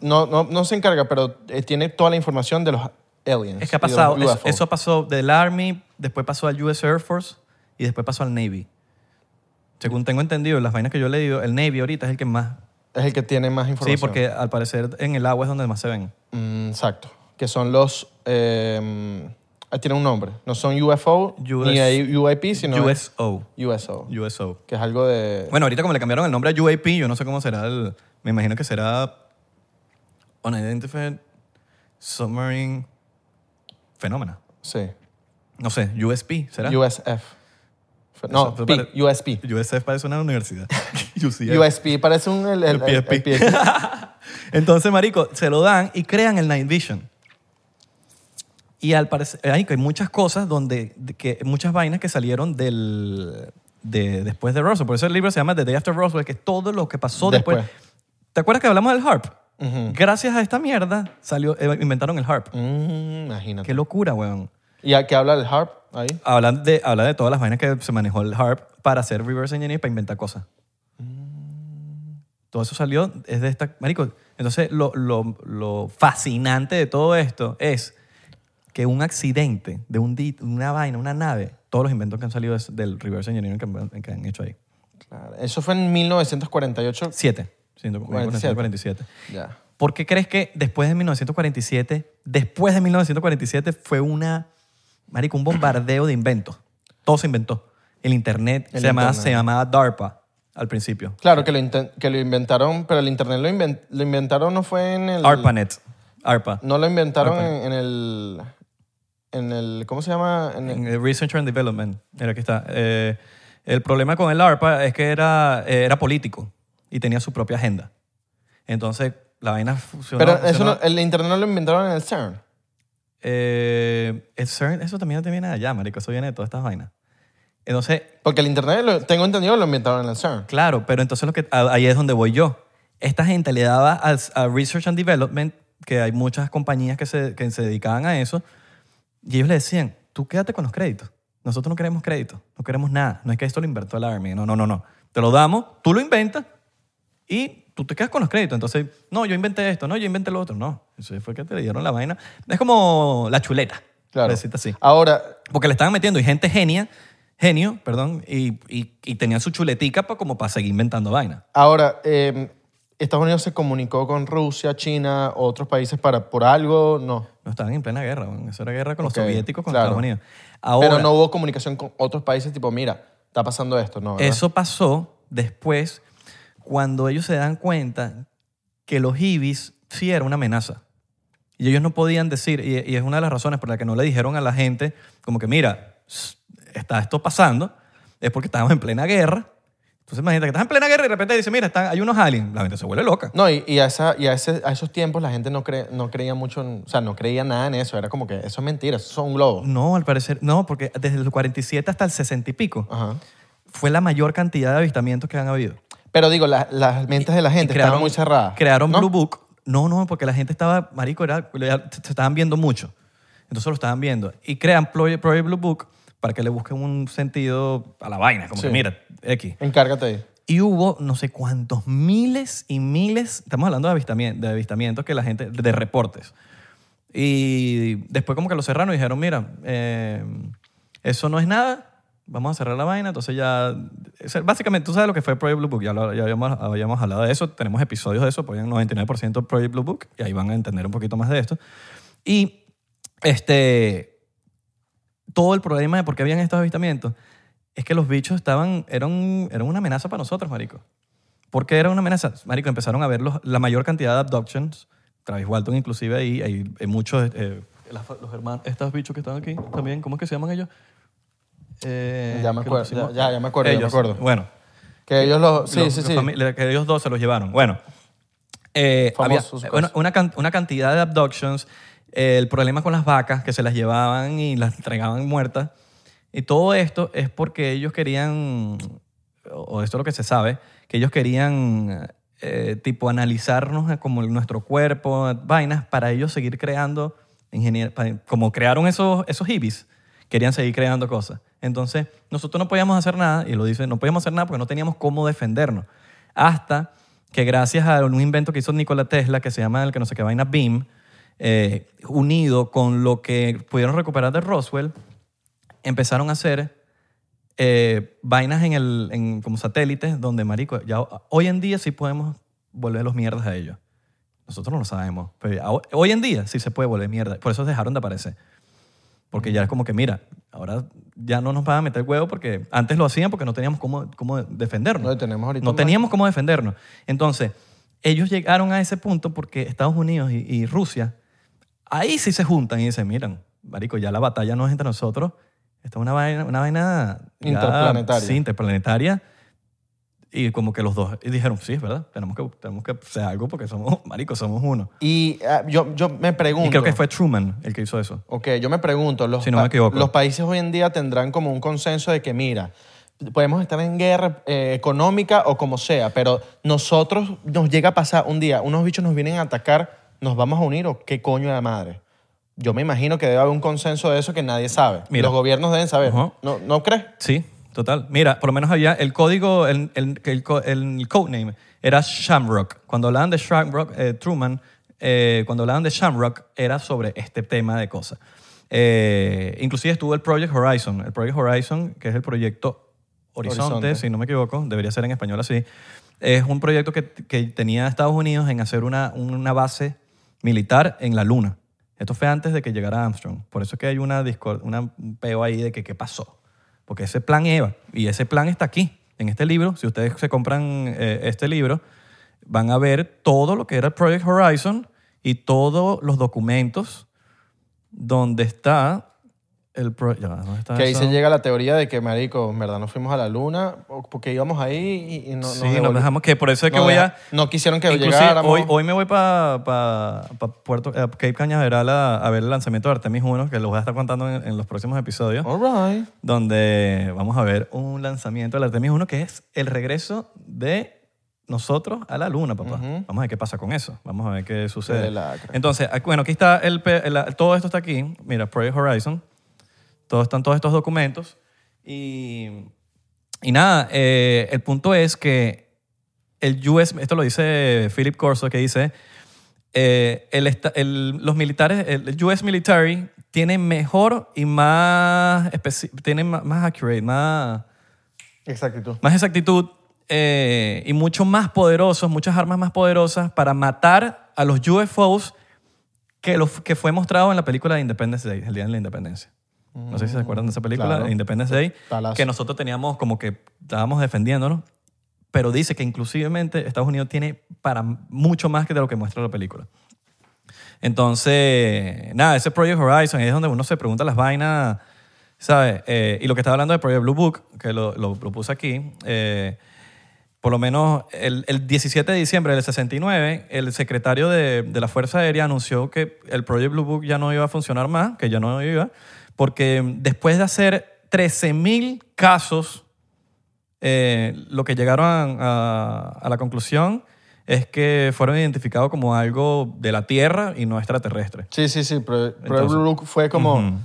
B: No, no, no se encarga, pero eh, tiene toda la información de los aliens.
A: Es que ha
B: y de los
A: pasado, eso,
B: UFO.
A: eso pasó del Army, después pasó al US Air Force y después pasó al Navy. Según tengo entendido, las vainas que yo he leído, el Navy ahorita es el que más
B: Es el que tiene más
A: Sí,
B: información.
A: porque al parecer en el agua es donde más se ven.
B: Mm, exacto. Que son los... eh, ah, tienen un nombre. No son UFO
A: US
B: ni hay UAP, sino
A: USO.
B: USO.
A: USO.
B: Que es algo de...
A: Bueno, ahorita como le cambiaron el nombre a UAP, yo no sé cómo será el... Me imagino que será Unidentified Submarine Phenomena.
B: sí.
A: No sé, USP, ¿será?
B: USF. Fe- No,
A: Eso,
B: P,
A: pare-
B: USP.
A: USF parece una universidad. UCF.
B: USP parece un... El,
A: El
B: el- el-
A: PFP.
B: el PFP.
A: Entonces, marico, se lo dan y crean el Night Vision. Y al parecer, hay, hay muchas cosas donde, de que, muchas vainas que salieron del, de, después de Roswell. Por eso el libro se llama The Day After Roswell, que es todo lo que pasó después.
B: Después.
A: ¿Te acuerdas que hablamos del harp?
B: Ujú.
A: Gracias a esta mierda salió, eh, inventaron el harp.
B: Mm,
A: Qué
B: imagínate.
A: locura, weón.
B: ¿Y a qué habla el harp ahí?
A: Habla de, habla de todas las vainas que se manejó el harp para hacer reverse engineering, para inventar cosas. Todo eso salió es de esta... Marico, entonces lo, lo- lo fascinante de todo esto es que un accidente de un di- una vaina, una nave, todos los inventos que han salido es del reverse engineering que han, que han hecho ahí.
B: Claro. Eso fue en 1948.
A: Siete. 147.
B: Ya.
A: ¿Por qué crees que después de 1947, después de 1947 fue una, marico, un bombardeo de inventos? Todo se inventó. El internet,
B: El
A: se, llamaba,
B: internet.
A: se llamaba DARPA al principio.
B: Claro, que lo, inten- que lo inventaron, pero el internet lo, inven- lo inventaron no fue en el...
A: ARPANET. ARPA.
B: No lo inventaron
A: ARPANET.
B: en, en el... En el... ¿Cómo se llama? En el-
A: En, eh, Research and Development. Mira, aquí está. Eh, el problema con el ARPA es que era, eh, era político y tenía su propia agenda. Entonces, la vaina funcionó.
B: pero eso
A: funcionó.
B: no- el internet no lo inventaron en el CERN.
A: Eh, el CERN, eso también viene de allá, marico. Eso viene de todas estas vainas. Entonces,
B: Porque el internet, lo- tengo entendido, lo inventaron en el CERN.
A: Claro, pero entonces lo que, a- ahí es donde voy yo. Esta gente le daba al- a, Research and Development, que hay muchas compañías que se, que se dedicaban a eso, y ellos le decían, tú quédate con los créditos. Nosotros no queremos créditos, no queremos nada. No es que esto lo inventó el Army, no, no, no, no. Te lo damos, tú lo inventas y tú te quedas con los créditos. Entonces, no, yo inventé esto, no, yo inventé lo otro. No, eso fue que te dieron la vaina. Es como la chuleta,
B: Claro.
A: por decirte así.
B: Ahora,
A: Porque le estaban metiendo y gente genia, genio, perdón, y, y, y tenían su chuletica pa- como para seguir inventando vainas.
B: Ahora, eh, Estados Unidos se comunicó con Rusia, China, otros países para, por algo, no.
A: No estaban en plena guerra, weón. eso era guerra con los
B: Ok,
A: soviéticos, con
B: claro.
A: Estados Unidos. Ahora,
B: Pero no hubo comunicación con otros países tipo, mira, está pasando esto, ¿no? ¿verdad?
A: Eso pasó después cuando ellos se dan cuenta que los ibis sí era una amenaza. Y ellos no podían decir, y, y es una de las razones por la que no le dijeron a la gente, como que mira, s- está esto pasando, es porque estamos en plena guerra. Entonces imagínate que estás en plena guerra y de repente dice, mira, están, hay unos aliens. La gente se vuelve loca.
B: No, y, y a, esa- y a, ese- a esos tiempos la gente no, cre- no creía mucho, en- o sea, no creía nada en eso. Era como que, eso es mentira, eso son globos.
A: No, al parecer, no, porque desde el 47 hasta el 60 y pico
B: Ajá.
A: fue la mayor cantidad de avistamientos que han habido.
B: Pero digo, la- las mentes de la gente
A: crearon-
B: estaban muy cerradas.
A: Crearon
B: ¿no?
A: Blue Book. No, no, porque la gente estaba, marico, era, ya se se estaban viendo mucho. Entonces lo estaban viendo. Y crean Project Project Blue Book para que le busquen un sentido a la vaina. Como
B: Sí.
A: que mira, X.
B: Encárgate ahí.
A: Y hubo no sé cuántos miles y miles, estamos hablando de, avistami- de avistamientos que la gente, de reportes. Y después como que lo cerraron y dijeron, mira, eh, eso no es nada, vamos a cerrar la vaina. Entonces ya, o sea, básicamente tú sabes lo que fue Project Blue Book, ya, lo- ya habíamos, habíamos hablado de eso, tenemos episodios de eso, apoyan 99% Project Blue Book y ahí van a entender un poquito más de esto. Y este, todo el problema de por qué habían estos avistamientos es que los bichos estaban, eran, eran una amenaza para nosotros, marico. ¿Por qué era una amenaza? Marico, empezaron a ver los- la mayor cantidad de abductions, Travis Walton inclusive ahí, hay, hay muchos, eh, las- los hermanos, estos bichos que están aquí también, ¿cómo es que se llaman ellos? Eh,
B: Ya me
A: que los
B: acuerdo,
A: pusimos-
B: ya- ya me acuerdo, ya me
A: Ellos,
B: acuerdo.
A: Bueno,
B: Que ellos los... Sí,
A: los-
B: sí,
A: los
B: sí.
A: famili- que ellos dos se los llevaron. Bueno, eh, había
B: Famosos, pues.
A: bueno,
B: cosas.
A: una, can- una cantidad de abductions, eh, el problema con las vacas que se las llevaban y las entregaban muertas. Y todo esto es porque ellos querían, o- o esto es lo que se sabe, que ellos querían eh, tipo analizarnos como nuestro cuerpo, vainas, para ellos seguir creando, ingenier- pa- como crearon esos, esos hippies, querían seguir creando cosas. Entonces, nosotros no podíamos hacer nada, y lo dicen, no podíamos hacer nada porque no teníamos cómo defendernos. Hasta que gracias a un invento que hizo Nikola Tesla, que se llama el que no sé qué vaina BIM, unido con lo que pudieron recuperar de Roswell, empezaron a hacer eh, vainas en el, en, como satélites donde, marico, ya ho- hoy en día sí podemos volver los mierdas a ellos. Nosotros no lo sabemos. Pero ya ho- hoy en día sí se puede volver mierda. Por eso dejaron de aparecer. Porque ya es como que, mira, ahora ya no nos van a meter huevo porque antes lo hacían porque no teníamos cómo, cómo defendernos.
B: No, y tenemos ahorita
A: No
B: más.
A: teníamos cómo defendernos. Entonces, ellos llegaron a ese punto porque Estados Unidos y, y Rusia, ahí sí se juntan y dicen, miran, marico, ya la batalla no es entre nosotros. Esta es una vaina... Una vaina ya-
B: Interplanetaria.
A: sí, interplanetaria. Y como que los dos y dijeron, sí, es verdad, tenemos que, tenemos que hacer algo porque somos, marico, somos uno.
B: Y ah, yo, yo me pregunto...
A: Y creo que fue Truman el que hizo eso.
B: Ok, yo me pregunto, los,
A: Si no me
B: pa-
A: equivoco.
B: los países hoy en día tendrán como un consenso de que, mira, podemos estar en guerra eh, económica o como sea, pero nosotros nos llega a pasar un día, unos bichos nos vienen a atacar, ¿nos vamos a unir o qué coño de la madre? Yo me imagino que debe haber un consenso de eso que nadie sabe.
A: Mira.
B: Los gobiernos deben saber.
A: Ujú.
B: ¿No, ¿No crees?
A: Sí, total. Mira, por lo menos había el código, el, el, el, co- el codename era Shamrock. Cuando hablaban de Shamrock, eh, Truman, eh, cuando hablaban de Shamrock era sobre este tema de cosas. Eh, inclusive estuvo el Project Horizon. El Project Horizon, que es el proyecto Horizonte,
B: Horizonte.
A: si no me equivoco, debería ser en español así, es un proyecto que, que tenía Estados Unidos en hacer una, una base militar en la Luna. Esto fue antes de que llegara Armstrong. Por eso es que hay una discord, una, un peo ahí de que qué pasó. Porque ese plan EVA, y ese plan está aquí, en este libro. Si ustedes se compran eh, este libro, van a ver todo lo que era el Project Horizon y todos los documentos donde está el... pro- ya va, ¿dónde está
B: Que ahí
A: Ah, eso?
B: se llega a la teoría de que, marico, en verdad nos fuimos a la luna o- porque íbamos ahí y, y no
A: sí,
B: nos
A: nos,
B: devolvi-
A: dejamos que por eso es que
B: no
A: voy
B: deja-
A: a...
B: no quisieron que
A: Inclusive,
B: llegáramos.
A: hoy, hoy me voy para Puerto a Cape Cañaveral a, a ver el lanzamiento de Artemis 1, que lo voy a estar contando en, en los próximos episodios,
B: All right.
A: donde vamos a ver un lanzamiento del Artemis 1 que es el regreso de nosotros a la Luna, papá. Vamos a ver qué pasa con eso. Vamos a ver qué
B: Qué
A: sucede.
B: lacra.
A: Entonces, aquí- bueno, aquí está el, pe- el- todo esto está aquí. Mira, Project Horizon. Todos están todos estos documentos y y nada, eh, el punto es que el US, esto lo dice Philip Corso, que dice, eh, el esta- el- los militares, el US military tiene mejor y más, especi- tiene ma- más accurate, más,
B: Exactitud.
A: más exactitud eh, y mucho más poderosos, muchas armas más poderosas para matar a los UFOs que, los, que fue mostrado en la película de Independence Day, el Día de la Independencia. No sé si se acuerdan de esa película,
B: claro.
A: Independence Day,
B: Talazo.
A: que nosotros teníamos como que estábamos defendiéndonos, pero dice que inclusivemente Estados Unidos tiene para mucho más que de lo que muestra la película. Entonces, nada, ese Project Horizon ahí es donde uno se pregunta las vainas, ¿sabes? Eh, y lo que estaba hablando de Project Blue Book, que lo, lo- lo puse aquí, eh, por lo menos el, el 17 de diciembre del 69, el secretario de, de la Fuerza Aérea anunció que el Project Blue Book ya no iba a funcionar más, que ya no iba, porque después de hacer 13.000 casos, eh, lo que llegaron a, a la conclusión es que fueron identificados como algo de la Tierra y no extraterrestre.
B: Sí, sí, sí. Pero, pero el
A: Entonces-
B: Blue Book fue como,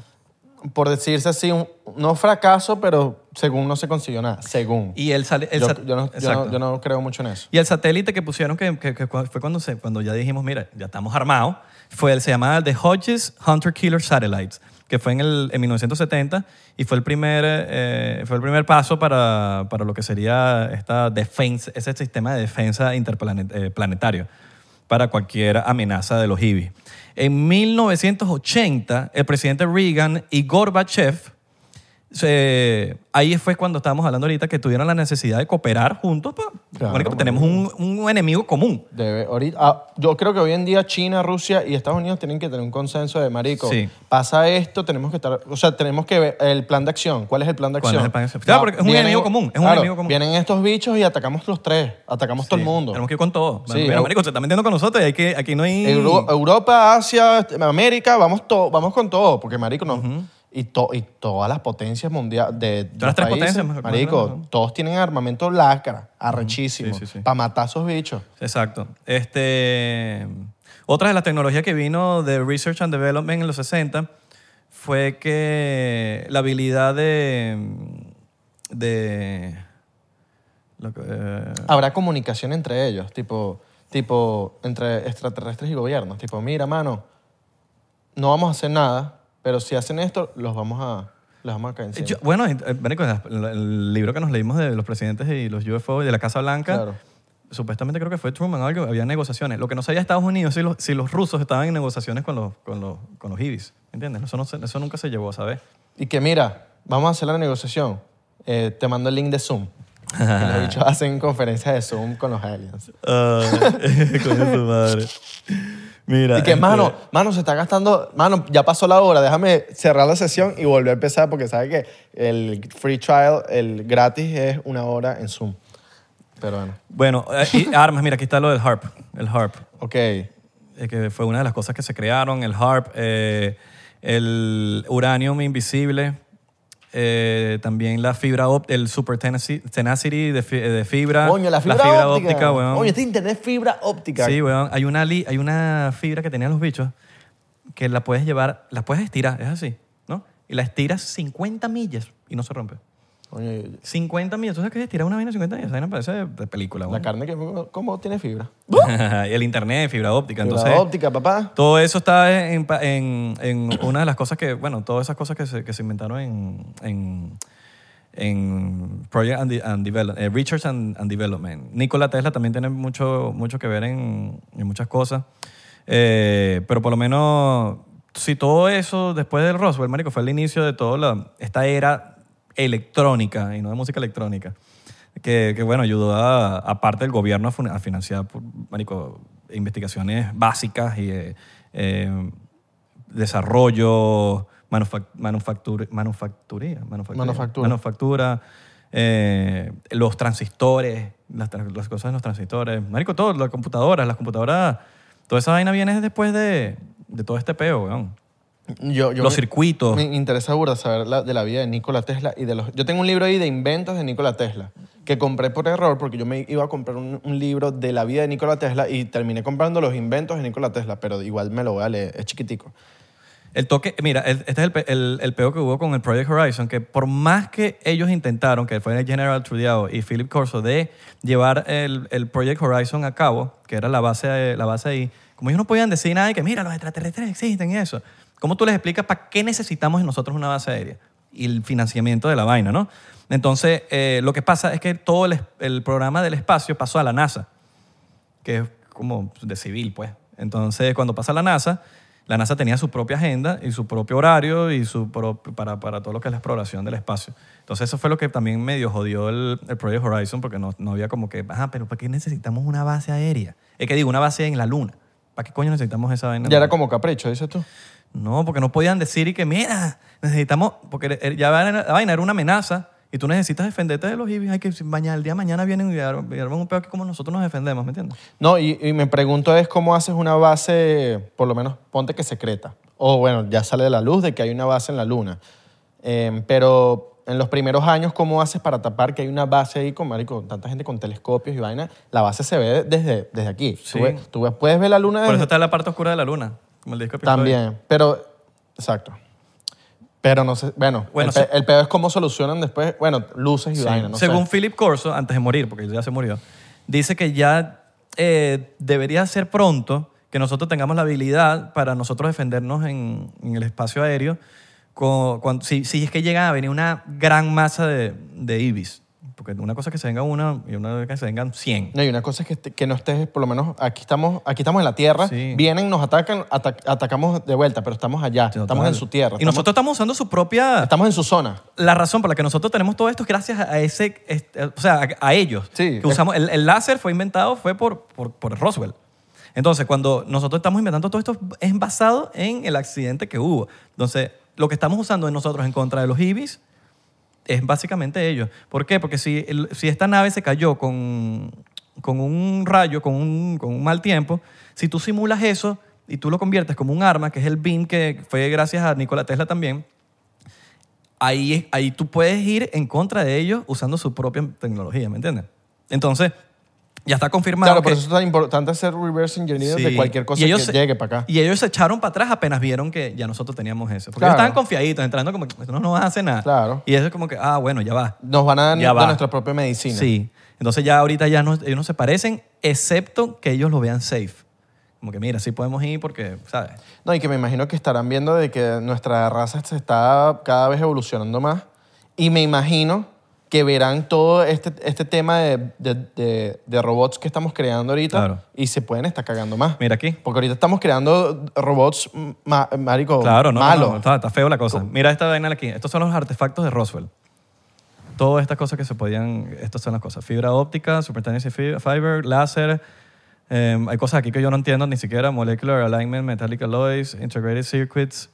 B: por decirse así, un- no fracaso, pero según no se consiguió nada. Según.
A: Y el, sale- el
B: yo,
A: sat-
B: yo no, yo,
A: Exacto.
B: no, yo no creo mucho en eso.
A: Y el satélite que pusieron, que, que- que cu- fue cuando, se, cuando ya dijimos, mira, ya estamos armados, fue el, se llamaba el de Hodges Hunter Killer Satellites, que fue en, el, en 1970 y fue el primer, eh, fue el primer paso para, para lo que sería esta defensa, ese sistema de defensa interplanetario para cualquier amenaza de los IBI. En 1980, el presidente Reagan y Gorbachev se- ahí fue cuando estábamos hablando ahorita que tuvieron la necesidad de cooperar juntos. pa-
B: Claro,
A: marico, tenemos un, un enemigo común.
B: Debe, ahorita, ah, yo creo que hoy en día China, Rusia y Estados Unidos tienen que tener un consenso de marico.
A: Sí.
B: Pasa esto, tenemos que estar, o sea, tenemos que ver el plan de acción. ¿Cuál es el plan de
A: ¿Cuál es
B: acción?
A: el plan de acción? Claro, porque es un
B: vienen-
A: enemigo común, es un enemigo común.
B: Vienen estos bichos y atacamos los tres, atacamos todo el
A: Sí,
B: mundo.
A: Tenemos que ir con todo.
B: Sí,
A: Mira,
B: eu-
A: marico, se está metiendo con nosotros y hay que, aquí no hay...
B: Euro- Europa, Asia, este, América, vamos, to- vamos con todo, porque marico no. Y, to- y todas las potencias mundiales de
A: Todas
B: los
A: las tres
B: países,
A: potencias, mejor-
B: marico,
A: mejor-
B: todos tienen armamento lacra, arrechísimo,
A: Sí, sí, sí.
B: para matar a esos bichos.
A: Exacto. Este, otra de las tecnologías que vino de Research and Development en los 60 fue que la habilidad de... de lo que- eh,
B: habrá comunicación entre ellos, tipo, tipo entre extraterrestres y gobiernos. Tipo, mira, mano, no vamos a hacer nada, pero si hacen esto, los vamos a, les vamos a caer encima.
A: Yo- bueno, eh, marico, el, el libro que nos leímos de los presidentes y los UFO y de la Casa Blanca,
B: Claro.
A: supuestamente creo que fue Truman o algo, había negociaciones. Lo que no sabía Estados Unidos si los, si los rusos estaban en negociaciones con los, con los, con los ibis. ¿Entiendes? Eso, no se- eso nunca se llevó a saber.
B: Y que mira, vamos a hacer la negociación. Eh, te mando el link de Zoom. Y los bichos hacen conferencias de Zoom con los aliens.
A: Ah, coño tu madre. Mira.
B: Y que,
A: este,
B: mano, mano, se está gastando. Mano, ya pasó la hora, déjame cerrar la sesión y volver a empezar, porque sabes que el free trial, el gratis, es una hora en Zoom. Pero bueno,
A: Bueno, eh, y armas, mira, aquí está lo del HARP. El HARP.
B: ok.
A: eh, que fue una de las cosas que se crearon, el HARP, eh, el uranium invisible, eh, también la fibra óptica, el super tenaci- tenacity de, fi- de Ah, fibra.
B: Coño, la fibra, óptica.
A: weón.
B: Coño, este internet es fibra óptica.
A: Sí, weón. Hay una, li- hay una fibra que tenían los bichos que la puedes llevar, la puedes estirar, es así, ¿no? Y la estiras 50 millas y no se rompe.
B: Coño, yo- yo-
A: 50 millas. ¿Tú sabes qué es estirar una vaina 50 millas? Esa vaina parece de, de película,
B: la
A: weón.
B: carne que ¿cómo tiene fibra?
A: y el internet, fibra óptica.
B: Fibra
A: entonces,
B: óptica, papá.
A: Todo eso está en, pa- en- en una de las cosas que, bueno, todas esas cosas que se, que se inventaron en, en, en Project and, Development, Research and, and Development. Nikola Tesla también tiene mucho, mucho que ver en, en muchas cosas, Eh, pero por lo menos, si todo eso después del Roswell, marico, fue el inicio de toda la, esta era electrónica y no de música electrónica. Que, que, bueno, ayudó a, aparte del gobierno a, fun- a financiar, por, marico, investigaciones básicas y eh, eh, desarrollo, manufac- manufactur- manufacturía, manufactura,
B: Manufactura.
A: manufactura, eh, los transistores, las, tra- las cosas de los transistores, marico, todo, las computadoras, las computadoras, toda esa vaina viene después de, de todo este peo, weón.
B: Yo, yo
A: Los
B: me-
A: circuitos.
B: Me interesa burda saber la- de la vida de Nikola Tesla y de los... Yo tengo un libro ahí de inventos de Nikola Tesla que compré por error porque yo me iba a comprar un, un libro de la vida de Nikola Tesla y terminé comprando los inventos de Nikola Tesla, pero igual me lo voy a leer, es chiquitico.
A: El toque, mira, el- este es el, pe- el, el peo que hubo con el Project Horizon, que por más que ellos intentaron, que fue el General Trudeau y Philip Corso, de llevar el, el Project Horizon a cabo, que era la base, la base ahí, Como ellos no podían decir nada de que, mira, los extraterrestres existen y eso. ¿Cómo tú les explicas para qué necesitamos nosotros una base aérea? Y el financiamiento de la vaina, ¿no? Entonces, eh, lo que pasa es que todo el, es- el programa del espacio pasó a la NASA, que es como de civil, pues. Entonces, cuando pasa a la NASA, la NASA tenía su propia agenda y su propio horario y su propio, para, para todo lo que es la exploración del espacio. Entonces, eso fue lo que también medio jodió el, el Project Horizon, porque no, no había como que, ajá, pero ¿para qué necesitamos una base aérea? Es que digo, una base en la Luna. ¿Para qué coño necesitamos esa vaina? en
B: Ya
A: la
B: era
A: Luna?
B: como capricho, dices tú.
A: No, porque no podían decir y que, mira, necesitamos, porque er- ya va- la vaina era una amenaza y tú necesitas defenderte de los hippies. Hay que mañana, el día de mañana vienen y ar- y arman un peor que como nosotros nos defendemos, ¿me entiendes?
B: No, y, y me pregunto es cómo haces una base, por lo menos ponte que secreta. O bueno, ya sale de la luz de que hay una base en la luna. Em, pero en los primeros años, ¿cómo haces para tapar que hay una base ahí con, marico, tanta gente con telescopios y vaina? La base se ve desde, desde aquí. Tú
A: Sí.
B: ves- Tú, ves- puedes ver la luna
A: Por
B: desde
A: eso está la parte oscura de la luna, como el disco de Pink Floyd.
B: también. Pero, exacto. Pero no sé, bueno,
A: Bueno,
B: el, pe-
A: se-
B: el peor es cómo solucionan después, bueno, luces y
A: Sí.
B: vaina. No sé.
A: Según Philip Corso, antes de morir, porque ya se murió, dice que ya eh, debería ser pronto que nosotros tengamos la habilidad para nosotros defendernos en, en el espacio aéreo co- cuando- si, si es que llega a venir una gran masa de, de ibis. Porque una cosa es que se venga una y una que se vengan 100.
B: No, y una cosa es que, est- que no estés, por lo menos aquí estamos, aquí estamos en la tierra,
A: Sí.
B: vienen, nos atacan, ata- atacamos de vuelta, pero estamos allá, estamos en su
A: Y
B: tierra, estamos,
A: nosotros estamos usando su propia...
B: estamos en su zona.
A: la razón por la que nosotros tenemos todo esto es gracias a ese, este, o sea, a, a ellos.
B: Sí,
A: que
B: es-
A: usamos, el, el láser fue inventado fue por, por, por Roswell. Entonces, cuando nosotros estamos inventando todo esto, es basado en el accidente que hubo. Entonces, lo que estamos usando en nosotros en contra de los ibis es básicamente ellos. ¿Por qué? Porque si, el- si esta nave se cayó con, con un rayo, con un, con un mal tiempo, si tú simulas eso y tú lo conviertes como un arma, que es el BIM, que fue gracias a Nikola Tesla también, ahí, es- ahí tú puedes ir en contra de ellos usando su propia tecnología, ¿me entiendes? Entonces, ya está confirmado.
B: claro, por
A: que-
B: eso es tan importante hacer reverse engineering de
A: Sí.
B: cualquier cosa
A: Y
B: que
A: ellos se-
B: llegue para acá.
A: Y ellos se echaron para atrás apenas vieron que ya nosotros teníamos eso. Porque
B: Claro.
A: ellos estaban confiaditos, entrando como que esto no nos hace nada.
B: Claro.
A: Y eso es como que, ah, bueno, ya va.
B: Nos van a dar
A: Ya
B: de
A: va.
B: nuestra propia medicina.
A: Sí. Entonces ya ahorita ya no, ellos no se parecen, excepto que ellos lo vean safe. Como que mira, sí podemos ir porque, ¿sabes?
B: No, y que me imagino que estarán viendo de que nuestra raza se está cada vez evolucionando más. Y me imagino que verán todo este, este tema de, de- de- de robots que estamos creando ahorita
A: Claro.
B: y se pueden estar cagando más.
A: Mira aquí.
B: Porque ahorita estamos creando robots ma- marico
A: Claro, no,
B: malos.
A: no, no, está, está feo la cosa. Mira esta vaina aquí. Estos son los artefactos de Roswell. Todas estas cosas que se podían, estas son las cosas. Fibra óptica, supertendency fi- fiber, láser. Eh, hay cosas aquí que yo no entiendo ni siquiera. Molecular alignment, metallic alloys, integrated circuits,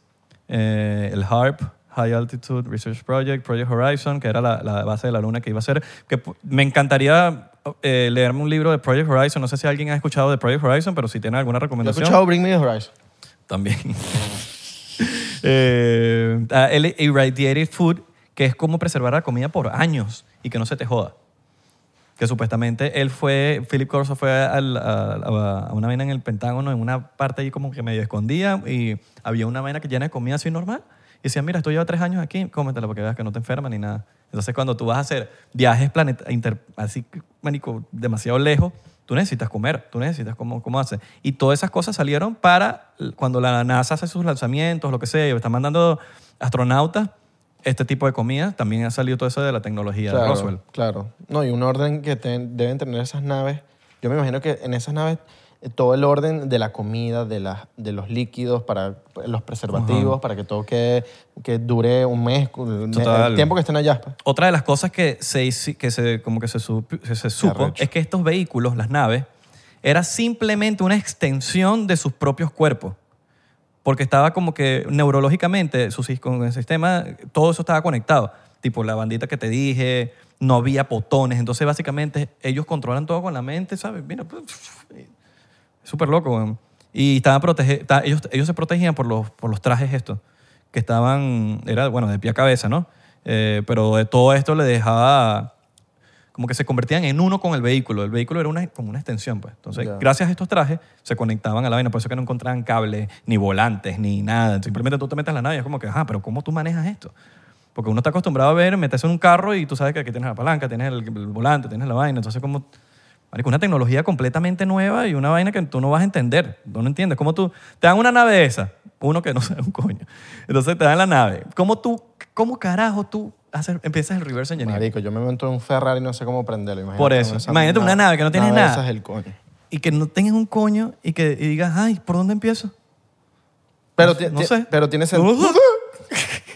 A: eh, el HARP, High Altitude Research Project, Project Horizon, que era la, la base de la luna que iba a ser. Que pu- me encantaría eh, leerme un libro de Project Horizon. No sé si alguien ha escuchado de Project Horizon, pero si tiene alguna
B: Yo he
A: recomendación.
B: escuchado Bring Me the Horizon.
A: También. eh, ah, el irradiated food, que es como preservar la comida por años y que no se te joda. Que supuestamente él fue, Philip Corso fue al- a, a- a una vaina en el Pentágono, en una parte ahí como que medio escondida y había una vaina que llena de comida así normal. Y decía, mira, esto lleva tres años aquí, cómetela porque veas que no te enfermas ni nada. Entonces, cuando tú vas a hacer viajes planet, inter- así, manico, demasiado lejos, tú necesitas comer, tú necesitas cómo, cómo haces. Y todas esas cosas salieron para l- cuando la NASA hace sus lanzamientos, lo que sea, y está mandando astronautas, este tipo de comida, también ha salido todo eso de la tecnología de Roswell.
B: Claro. No, y un orden que ten- deben tener esas naves. Yo me imagino que en esas naves eh, todo el orden de la comida, de, las de los líquidos, para los preservativos, para que todo quede, que dure un mes, el, me- el
A: Total.
B: tiempo que estén allá. pues.
A: Otra de las cosas que se, hici- que se, como que se, sup- que se supo
B: arrecho.
A: es que estos vehículos, las naves, era simplemente una extensión de sus propios cuerpos. Porque estaba como que neurológicamente, su, sis- con el sistema, todo eso estaba conectado. Tipo la bandita que te dije, no había botones. Entonces, básicamente, ellos controlan todo con la mente, ¿sabes? Mira, pues, súper loco. weón. Y estaban protege- ta- ellos, ellos se protegían por los, por los trajes estos, que estaban, era, bueno, de pie a cabeza, ¿no? Eh, pero de todo esto le dejaba, como que se convertían en uno con el vehículo. El vehículo era una, como una extensión, pues. Entonces,
B: Ya.
A: gracias a estos trajes, se conectaban a la vaina. Por eso que no encontraban cables, ni volantes, ni nada. Simplemente tú te metes en la nave y es como que, ajá, pero ¿cómo tú manejas esto? Porque uno está acostumbrado a ver, meterse en un carro y tú sabes que aquí tienes la palanca, tienes el, el volante, tienes la vaina. Entonces, como Marico, una tecnología completamente nueva y una vaina que tú no vas a entender. Tú no entiendes. ¿Cómo tú...? Te dan una nave de esa. Uno que no sabe un coño. Entonces te dan la nave. ¿Cómo tú... ¿Cómo carajo tú haces, empiezas el reverse engineering?
B: Marico, yo me monto en un Ferrari y no sé cómo prenderlo. Imagínate
A: Por eso.
B: con esa
A: Imagínate una nave que no tienes
B: de
A: nada.
B: Esa es el coño.
A: Y que no tengas un coño y que y digas, ay, ¿por dónde empiezo?
B: Pero,
A: No
B: ti-
A: sé.
B: ti- pero tiene, sen-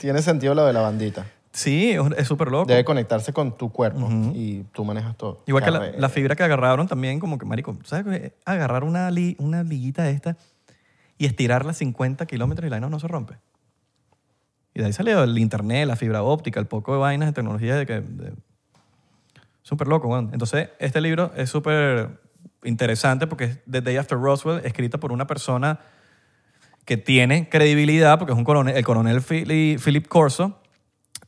B: tiene sentido lo de la bandita.
A: Sí, es- es súper loco.
B: Debe conectarse con tu cuerpo y tú manejas todo.
A: Igual que la,
B: Carre-
A: la fibra que agarraron también, como que, marico, ¿tú ¿sabes? qué? Agarrar una, li- una liguita de esta y estirarla 50 kilómetros y la vaina no se rompe. Y de ahí salió el internet, la fibra óptica, el poco de vainas de tecnología de que... de- Súper loco, weón. Entonces, este libro es súper interesante porque es The Day After Roswell, escrita por una persona que tiene credibilidad, porque es un coronel, el coronel Philip, Philip Corso,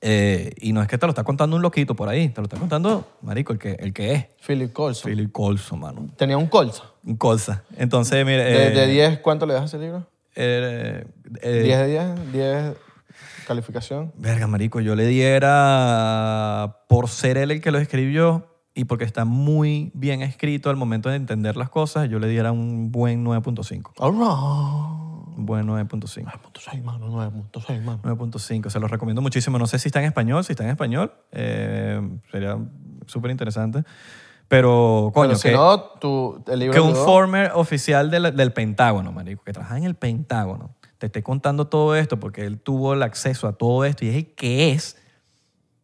A: eh, y no es que te lo está contando un loquito por ahí, te lo está contando, marico, el que, el que es.
B: Philip Colson.
A: Philip Corso, mano.
B: Tenía un Colson.
A: Un Corsa. Entonces, mire...
B: De,
A: eh,
B: de 10, ¿cuánto le das a ese libro?
A: eh, eh,
B: 10 de 10, 10 calificación.
A: Verga, marico, yo le diera por ser él el que lo escribió y porque está muy bien escrito al momento de entender las cosas, yo le diera un buen 9.5.
B: All right.
A: Un buen 9.5.
B: 9.6, mano, 9.6, mano.
A: 9.5, se los recomiendo muchísimo. No sé si está en español, si está en español, eh, sería súper interesante. Pero, coño,
B: Pero si
A: que,
B: no, tu, el libro
A: que un
B: ayudó.
A: former oficial del, del Pentágono, marico, que trabaja en el Pentágono, te esté contando todo esto porque él tuvo el acceso a todo esto y es el que es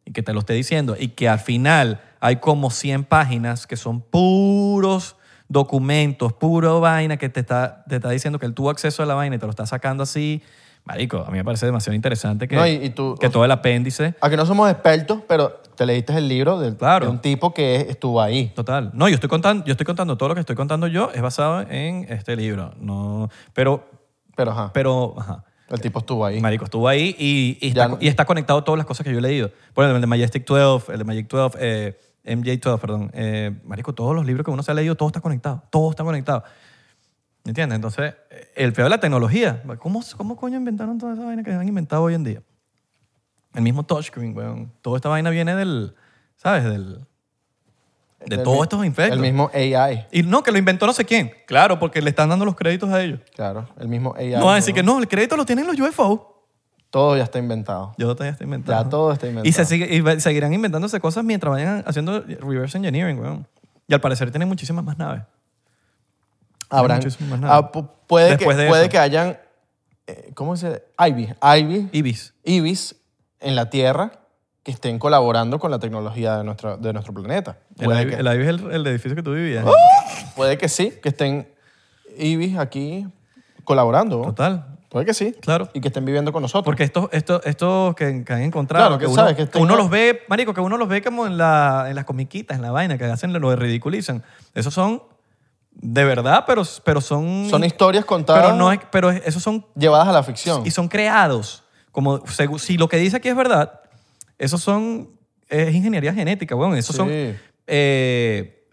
A: y que te lo esté diciendo y que al final hay como 100 páginas que son puros documentos, puro vaina que te está, te está diciendo que él tuvo acceso a la vaina y te lo está sacando así. Marico, a mí me parece demasiado interesante que,
B: No, y- y tú-
A: que todo el apéndice
B: A que no somos expertos, pero te leíste el libro del,
A: Claro.
B: de un tipo que estuvo ahí.
A: Total. No, yo estoy contando, yo estoy contando todo lo que estoy contando yo es basado en este libro. No, pero,
B: Pero ajá,
A: pero, ajá.
B: el tipo estuvo ahí.
A: Marico, estuvo ahí y, y está,
B: Ya no-
A: y está conectado todas las cosas que yo he leído. Por ejemplo, el de Majestic 12, el de Magic 12, eh, MJ12, perdón. Eh, marico, todos los libros que uno se ha leído, todo está conectado. Todo está conectado. ¿Me ¿Entiendes? Entonces, eh, el feo de la tecnología. ¿Cómo, cómo coño inventaron toda esa vaina que han inventado hoy en día? El mismo touchscreen, weón. Toda esta vaina viene del, ¿sabes? Del, de
B: El
A: todos
B: mi-
A: estos infectos.
B: El mismo AI.
A: Y no, que lo inventó no sé quién. Claro, porque le están dando los créditos a ellos.
B: Claro, el mismo AI.
A: no, así
B: ¿no?
A: que no, el crédito lo tienen los UFO.
B: Todo ya está inventado.
A: Yo todavía estoy inventando.
B: Ya todo está inventado.
A: Y, se sigue, y va- seguirán inventándose cosas mientras vayan haciendo reverse engineering, weón. Y al parecer tienen muchísimas más naves.
B: Habrán.
A: muchísimo más nada.
B: Ah, pu- puede que,
A: Después de
B: puede
A: eso.
B: que hayan. eh, ¿Cómo se Ivy. Ivy.
A: Ibis.
B: Ibis en la Tierra que estén colaborando con la tecnología de nuestro, de nuestro planeta.
A: El,
B: Puede
A: Ibis-
B: que, ¡Oh!
A: el Ibis es el, el edificio que tú vivías.
B: puede que sí, que estén Ibis aquí colaborando. ¿no?
A: Total.
B: Puede que sí.
A: Claro.
B: Y que estén viviendo con nosotros.
A: Porque estos, estos, estos que, que han encontrado,
B: Claro, que
A: que, uno,
B: sabes que
A: que uno
B: tengo-
A: los ve, marico, que uno los ve como en, la, en las comiquitas, en la vaina, que hacen lo de ridiculizan. Esos son de verdad, pero, pero son...
B: Son historias contadas
A: pero no es, pero es- esos son
B: llevadas a la ficción.
A: y son creados. Como segu- si lo que dice aquí es verdad, esos son es ingeniería genética, weón. Esos
B: Sí.
A: son eh,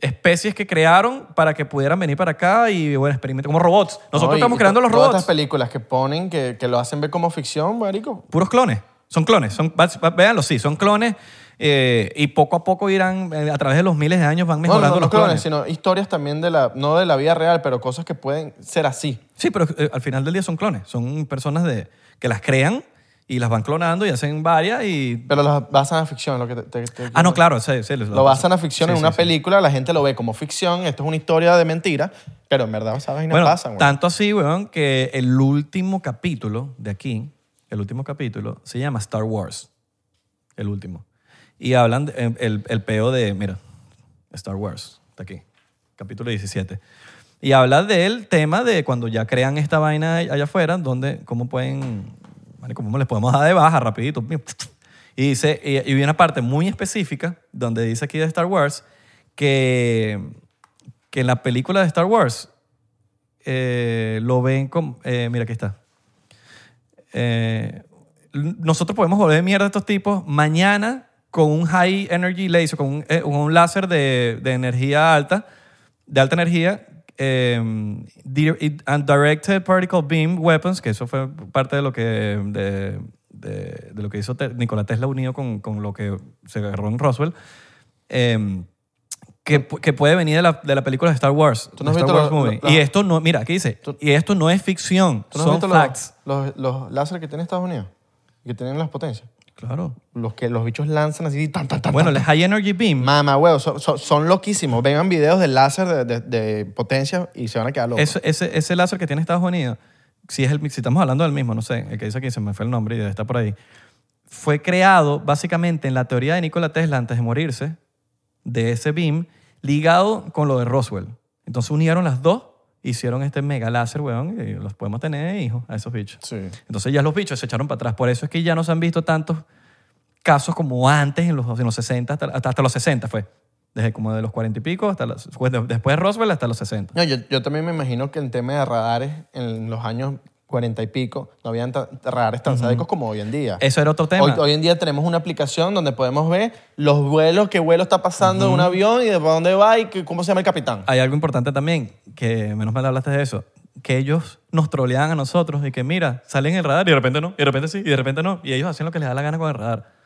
A: especies que crearon para que pudieran venir para acá y bueno, experimentar como robots. Nosotros
B: No, y-
A: estamos
B: y
A: creando
B: to-
A: los
B: todas
A: robots,
B: estas películas que ponen, que, que lo hacen ver como ficción, marico.
A: puros clones. Son clones, son va- va- véanlo, sí, son clones eh, y poco a poco irán eh, a través de los miles de años van
B: No, no,
A: mejorando
B: no, no
A: los clones.
B: clones, sino historias también de la, no de la vida real, pero cosas que pueden ser así.
A: Sí, pero eh, al final del día son clones, son personas de que las crean y las van clonando y hacen varias y
B: Pero las basan a ficción, lo que te- te- te-
A: ah no claro, sí, sí,
B: Lo basan a ficción
A: Sí,
B: en
A: sí,
B: una
A: sí.
B: película, la gente lo ve como ficción, esto es una historia de mentira, pero en verdad esas vainas
A: Bueno,
B: pasan, güey.
A: tanto así, weón, que el último capítulo de aquí, el último capítulo, se llama Star Wars. El último. Y hablan de- em, el, el peo de, mira, Star Wars, está aquí, capítulo 17. Y habla del tema de cuando ya crean esta vaina allá afuera, donde, cómo pueden, vale, cómo les podemos dar de baja rapidito. Y dice, y, y hay una parte muy específica donde dice aquí de Star Wars que, que en la película de Star Wars eh, lo ven como... eh, mira, aquí está. Eh, l- nosotros podemos volver mierda a estos tipos mañana con un high energy laser, con un, eh, un láser de, de energía alta, de alta energía, eh, di- it- and directed particle beam weapons, que eso fue parte de lo que, de, de- de lo que hizo Te- Nikola Tesla unido con, con lo que se agarró en Roswell. eh, que, pu- que puede venir de la, de la película de Star Wars.
B: ¿Tú no has
A: de Star
B: visto
A: Wars
B: lo-
A: Movie.
B: lo-
A: y
B: la-
A: esto no, mira, aquí dice, y esto no es ficción,
B: ¿Tú no has
A: son
B: visto
A: facts.
B: Los, los, los láser que tiene Estados Unidos? Que tienen las potencias.
A: Claro.
B: Los que los bichos lanzan así, tan, tan, tan.
A: Bueno, el High Energy Beam,
B: Mamá, huevo, son, son- son loquísimos. Vengan videos de láser de, de, de potencias y se van a quedar locos.
A: ese, ese, ese láser que tiene Estados Unidos, si, es el, si estamos hablando del mismo, no sé, el que dice aquí, se me fue el nombre y debe estar por ahí, fue creado básicamente en la teoría de Nikola Tesla antes de morirse, de ese beam, ligado con lo de Roswell. Entonces unieron las dos, hicieron este mega láser, weón, y los podemos tener de hijos a esos bichos.
B: Sí.
A: Entonces ya los bichos se echaron para atrás. Por eso es que ya no se han visto tantos casos como antes, en los, en los 60, hasta, hasta, hasta los 60 fue. Desde como de los 40 y pico, hasta los- fue de- después de Roswell hasta los 60.
B: No, yo, yo también me imagino que el tema de radares en los años 40 y pico no habían ta- radares tan sádicos como hoy en día.
A: Eso era otro tema.
B: Hoy, hoy en día tenemos una aplicación donde podemos ver los vuelos, qué vuelo está pasando en un avión y de para dónde va y qué- cómo se llama el capitán.
A: Hay algo importante también, que menos mal hablaste de eso, que ellos nos troleaban a nosotros y que mira, salen el radar y de repente no, y de repente sí, y de repente no, y ellos hacían lo que les da la gana con el radar.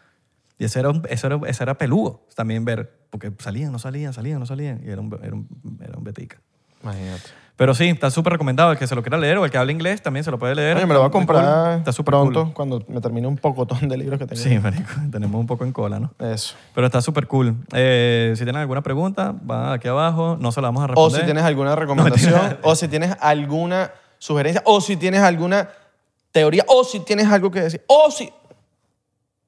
A: Y ese era, un- eso era, eso era peludo también ver, porque salían, no salían, salían, no salían, y era un, era un, era un betica.
B: Imagínate.
A: Pero sí, está súper recomendado. El que se lo quiera leer o el que hable inglés también se lo puede leer.
B: Oye, me lo voy a
A: Está muy cool.
B: comprar
A: Está súper
B: pronto
A: cool.
B: cuando me termine un pocotón de libros que tengo.
A: Sí, marico. Tenemos un poco en cola, ¿no?
B: Eso.
A: Pero está súper cool. Eh, si tienen alguna pregunta, van aquí abajo. No se la vamos a
B: O
A: responder.
B: si tienes alguna recomendación, o si tienes alguna sugerencia, o si tienes alguna teoría, o si tienes algo que decir, o si...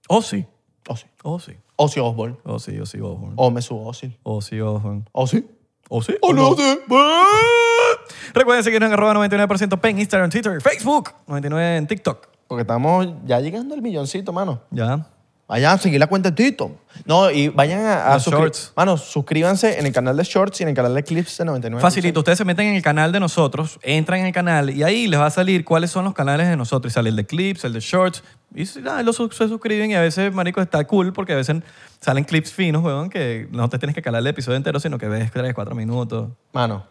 A: O sí.
B: O si.
A: O sí.
B: O si Osborn.
A: O sí, o sí, Osborn.
B: O me subo, o si.
A: O sí, Osborn.
B: O si.
A: O sí.
B: O no
A: no.
B: sé.
A: Recuerden seguirnos en arroba 99% Pen, Instagram, Twitter, Facebook. 99 en TikTok.
B: Porque estamos ya llegando al milloncito, mano.
A: Ya.
B: Vayan a seguir la cuenta de Tito. No, y vayan a, a
A: Los
B: suscri-
A: shorts.
B: Mano, suscríbanse en el canal de Shorts y en el canal de Clips de 99.
A: Facilito, ustedes se meten en el canal de nosotros, entran en el canal y ahí les va a salir cuáles son los canales de nosotros. Y sale el de clips, el de shorts. Y si- nada, los, su- se suscriben y a veces, marico, está cool porque a veces salen clips finos, weón, que no te tienes que calar el episodio entero, sino que ves 3, 4 minutos.
B: Mano,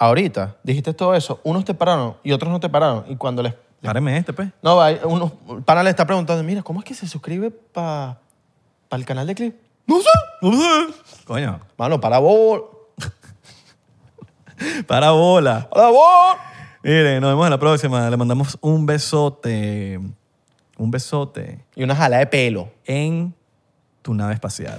B: ahorita dijiste todo eso. Unos te pararon y otros no te pararon. Y cuando les...
A: Páreme este, pues.
B: No, va, unos pana le está preguntando, mira, ¿cómo es que se suscribe para el canal de Clips? No sé.
A: Coño,
B: Mano, para vos.
A: para bola.
B: Para vos.
A: Miren, nos vemos en la próxima. Le mandamos un besote. Un besote
B: Y una jala de pelo.
A: en tu nave espacial.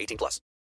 C: 18 plus.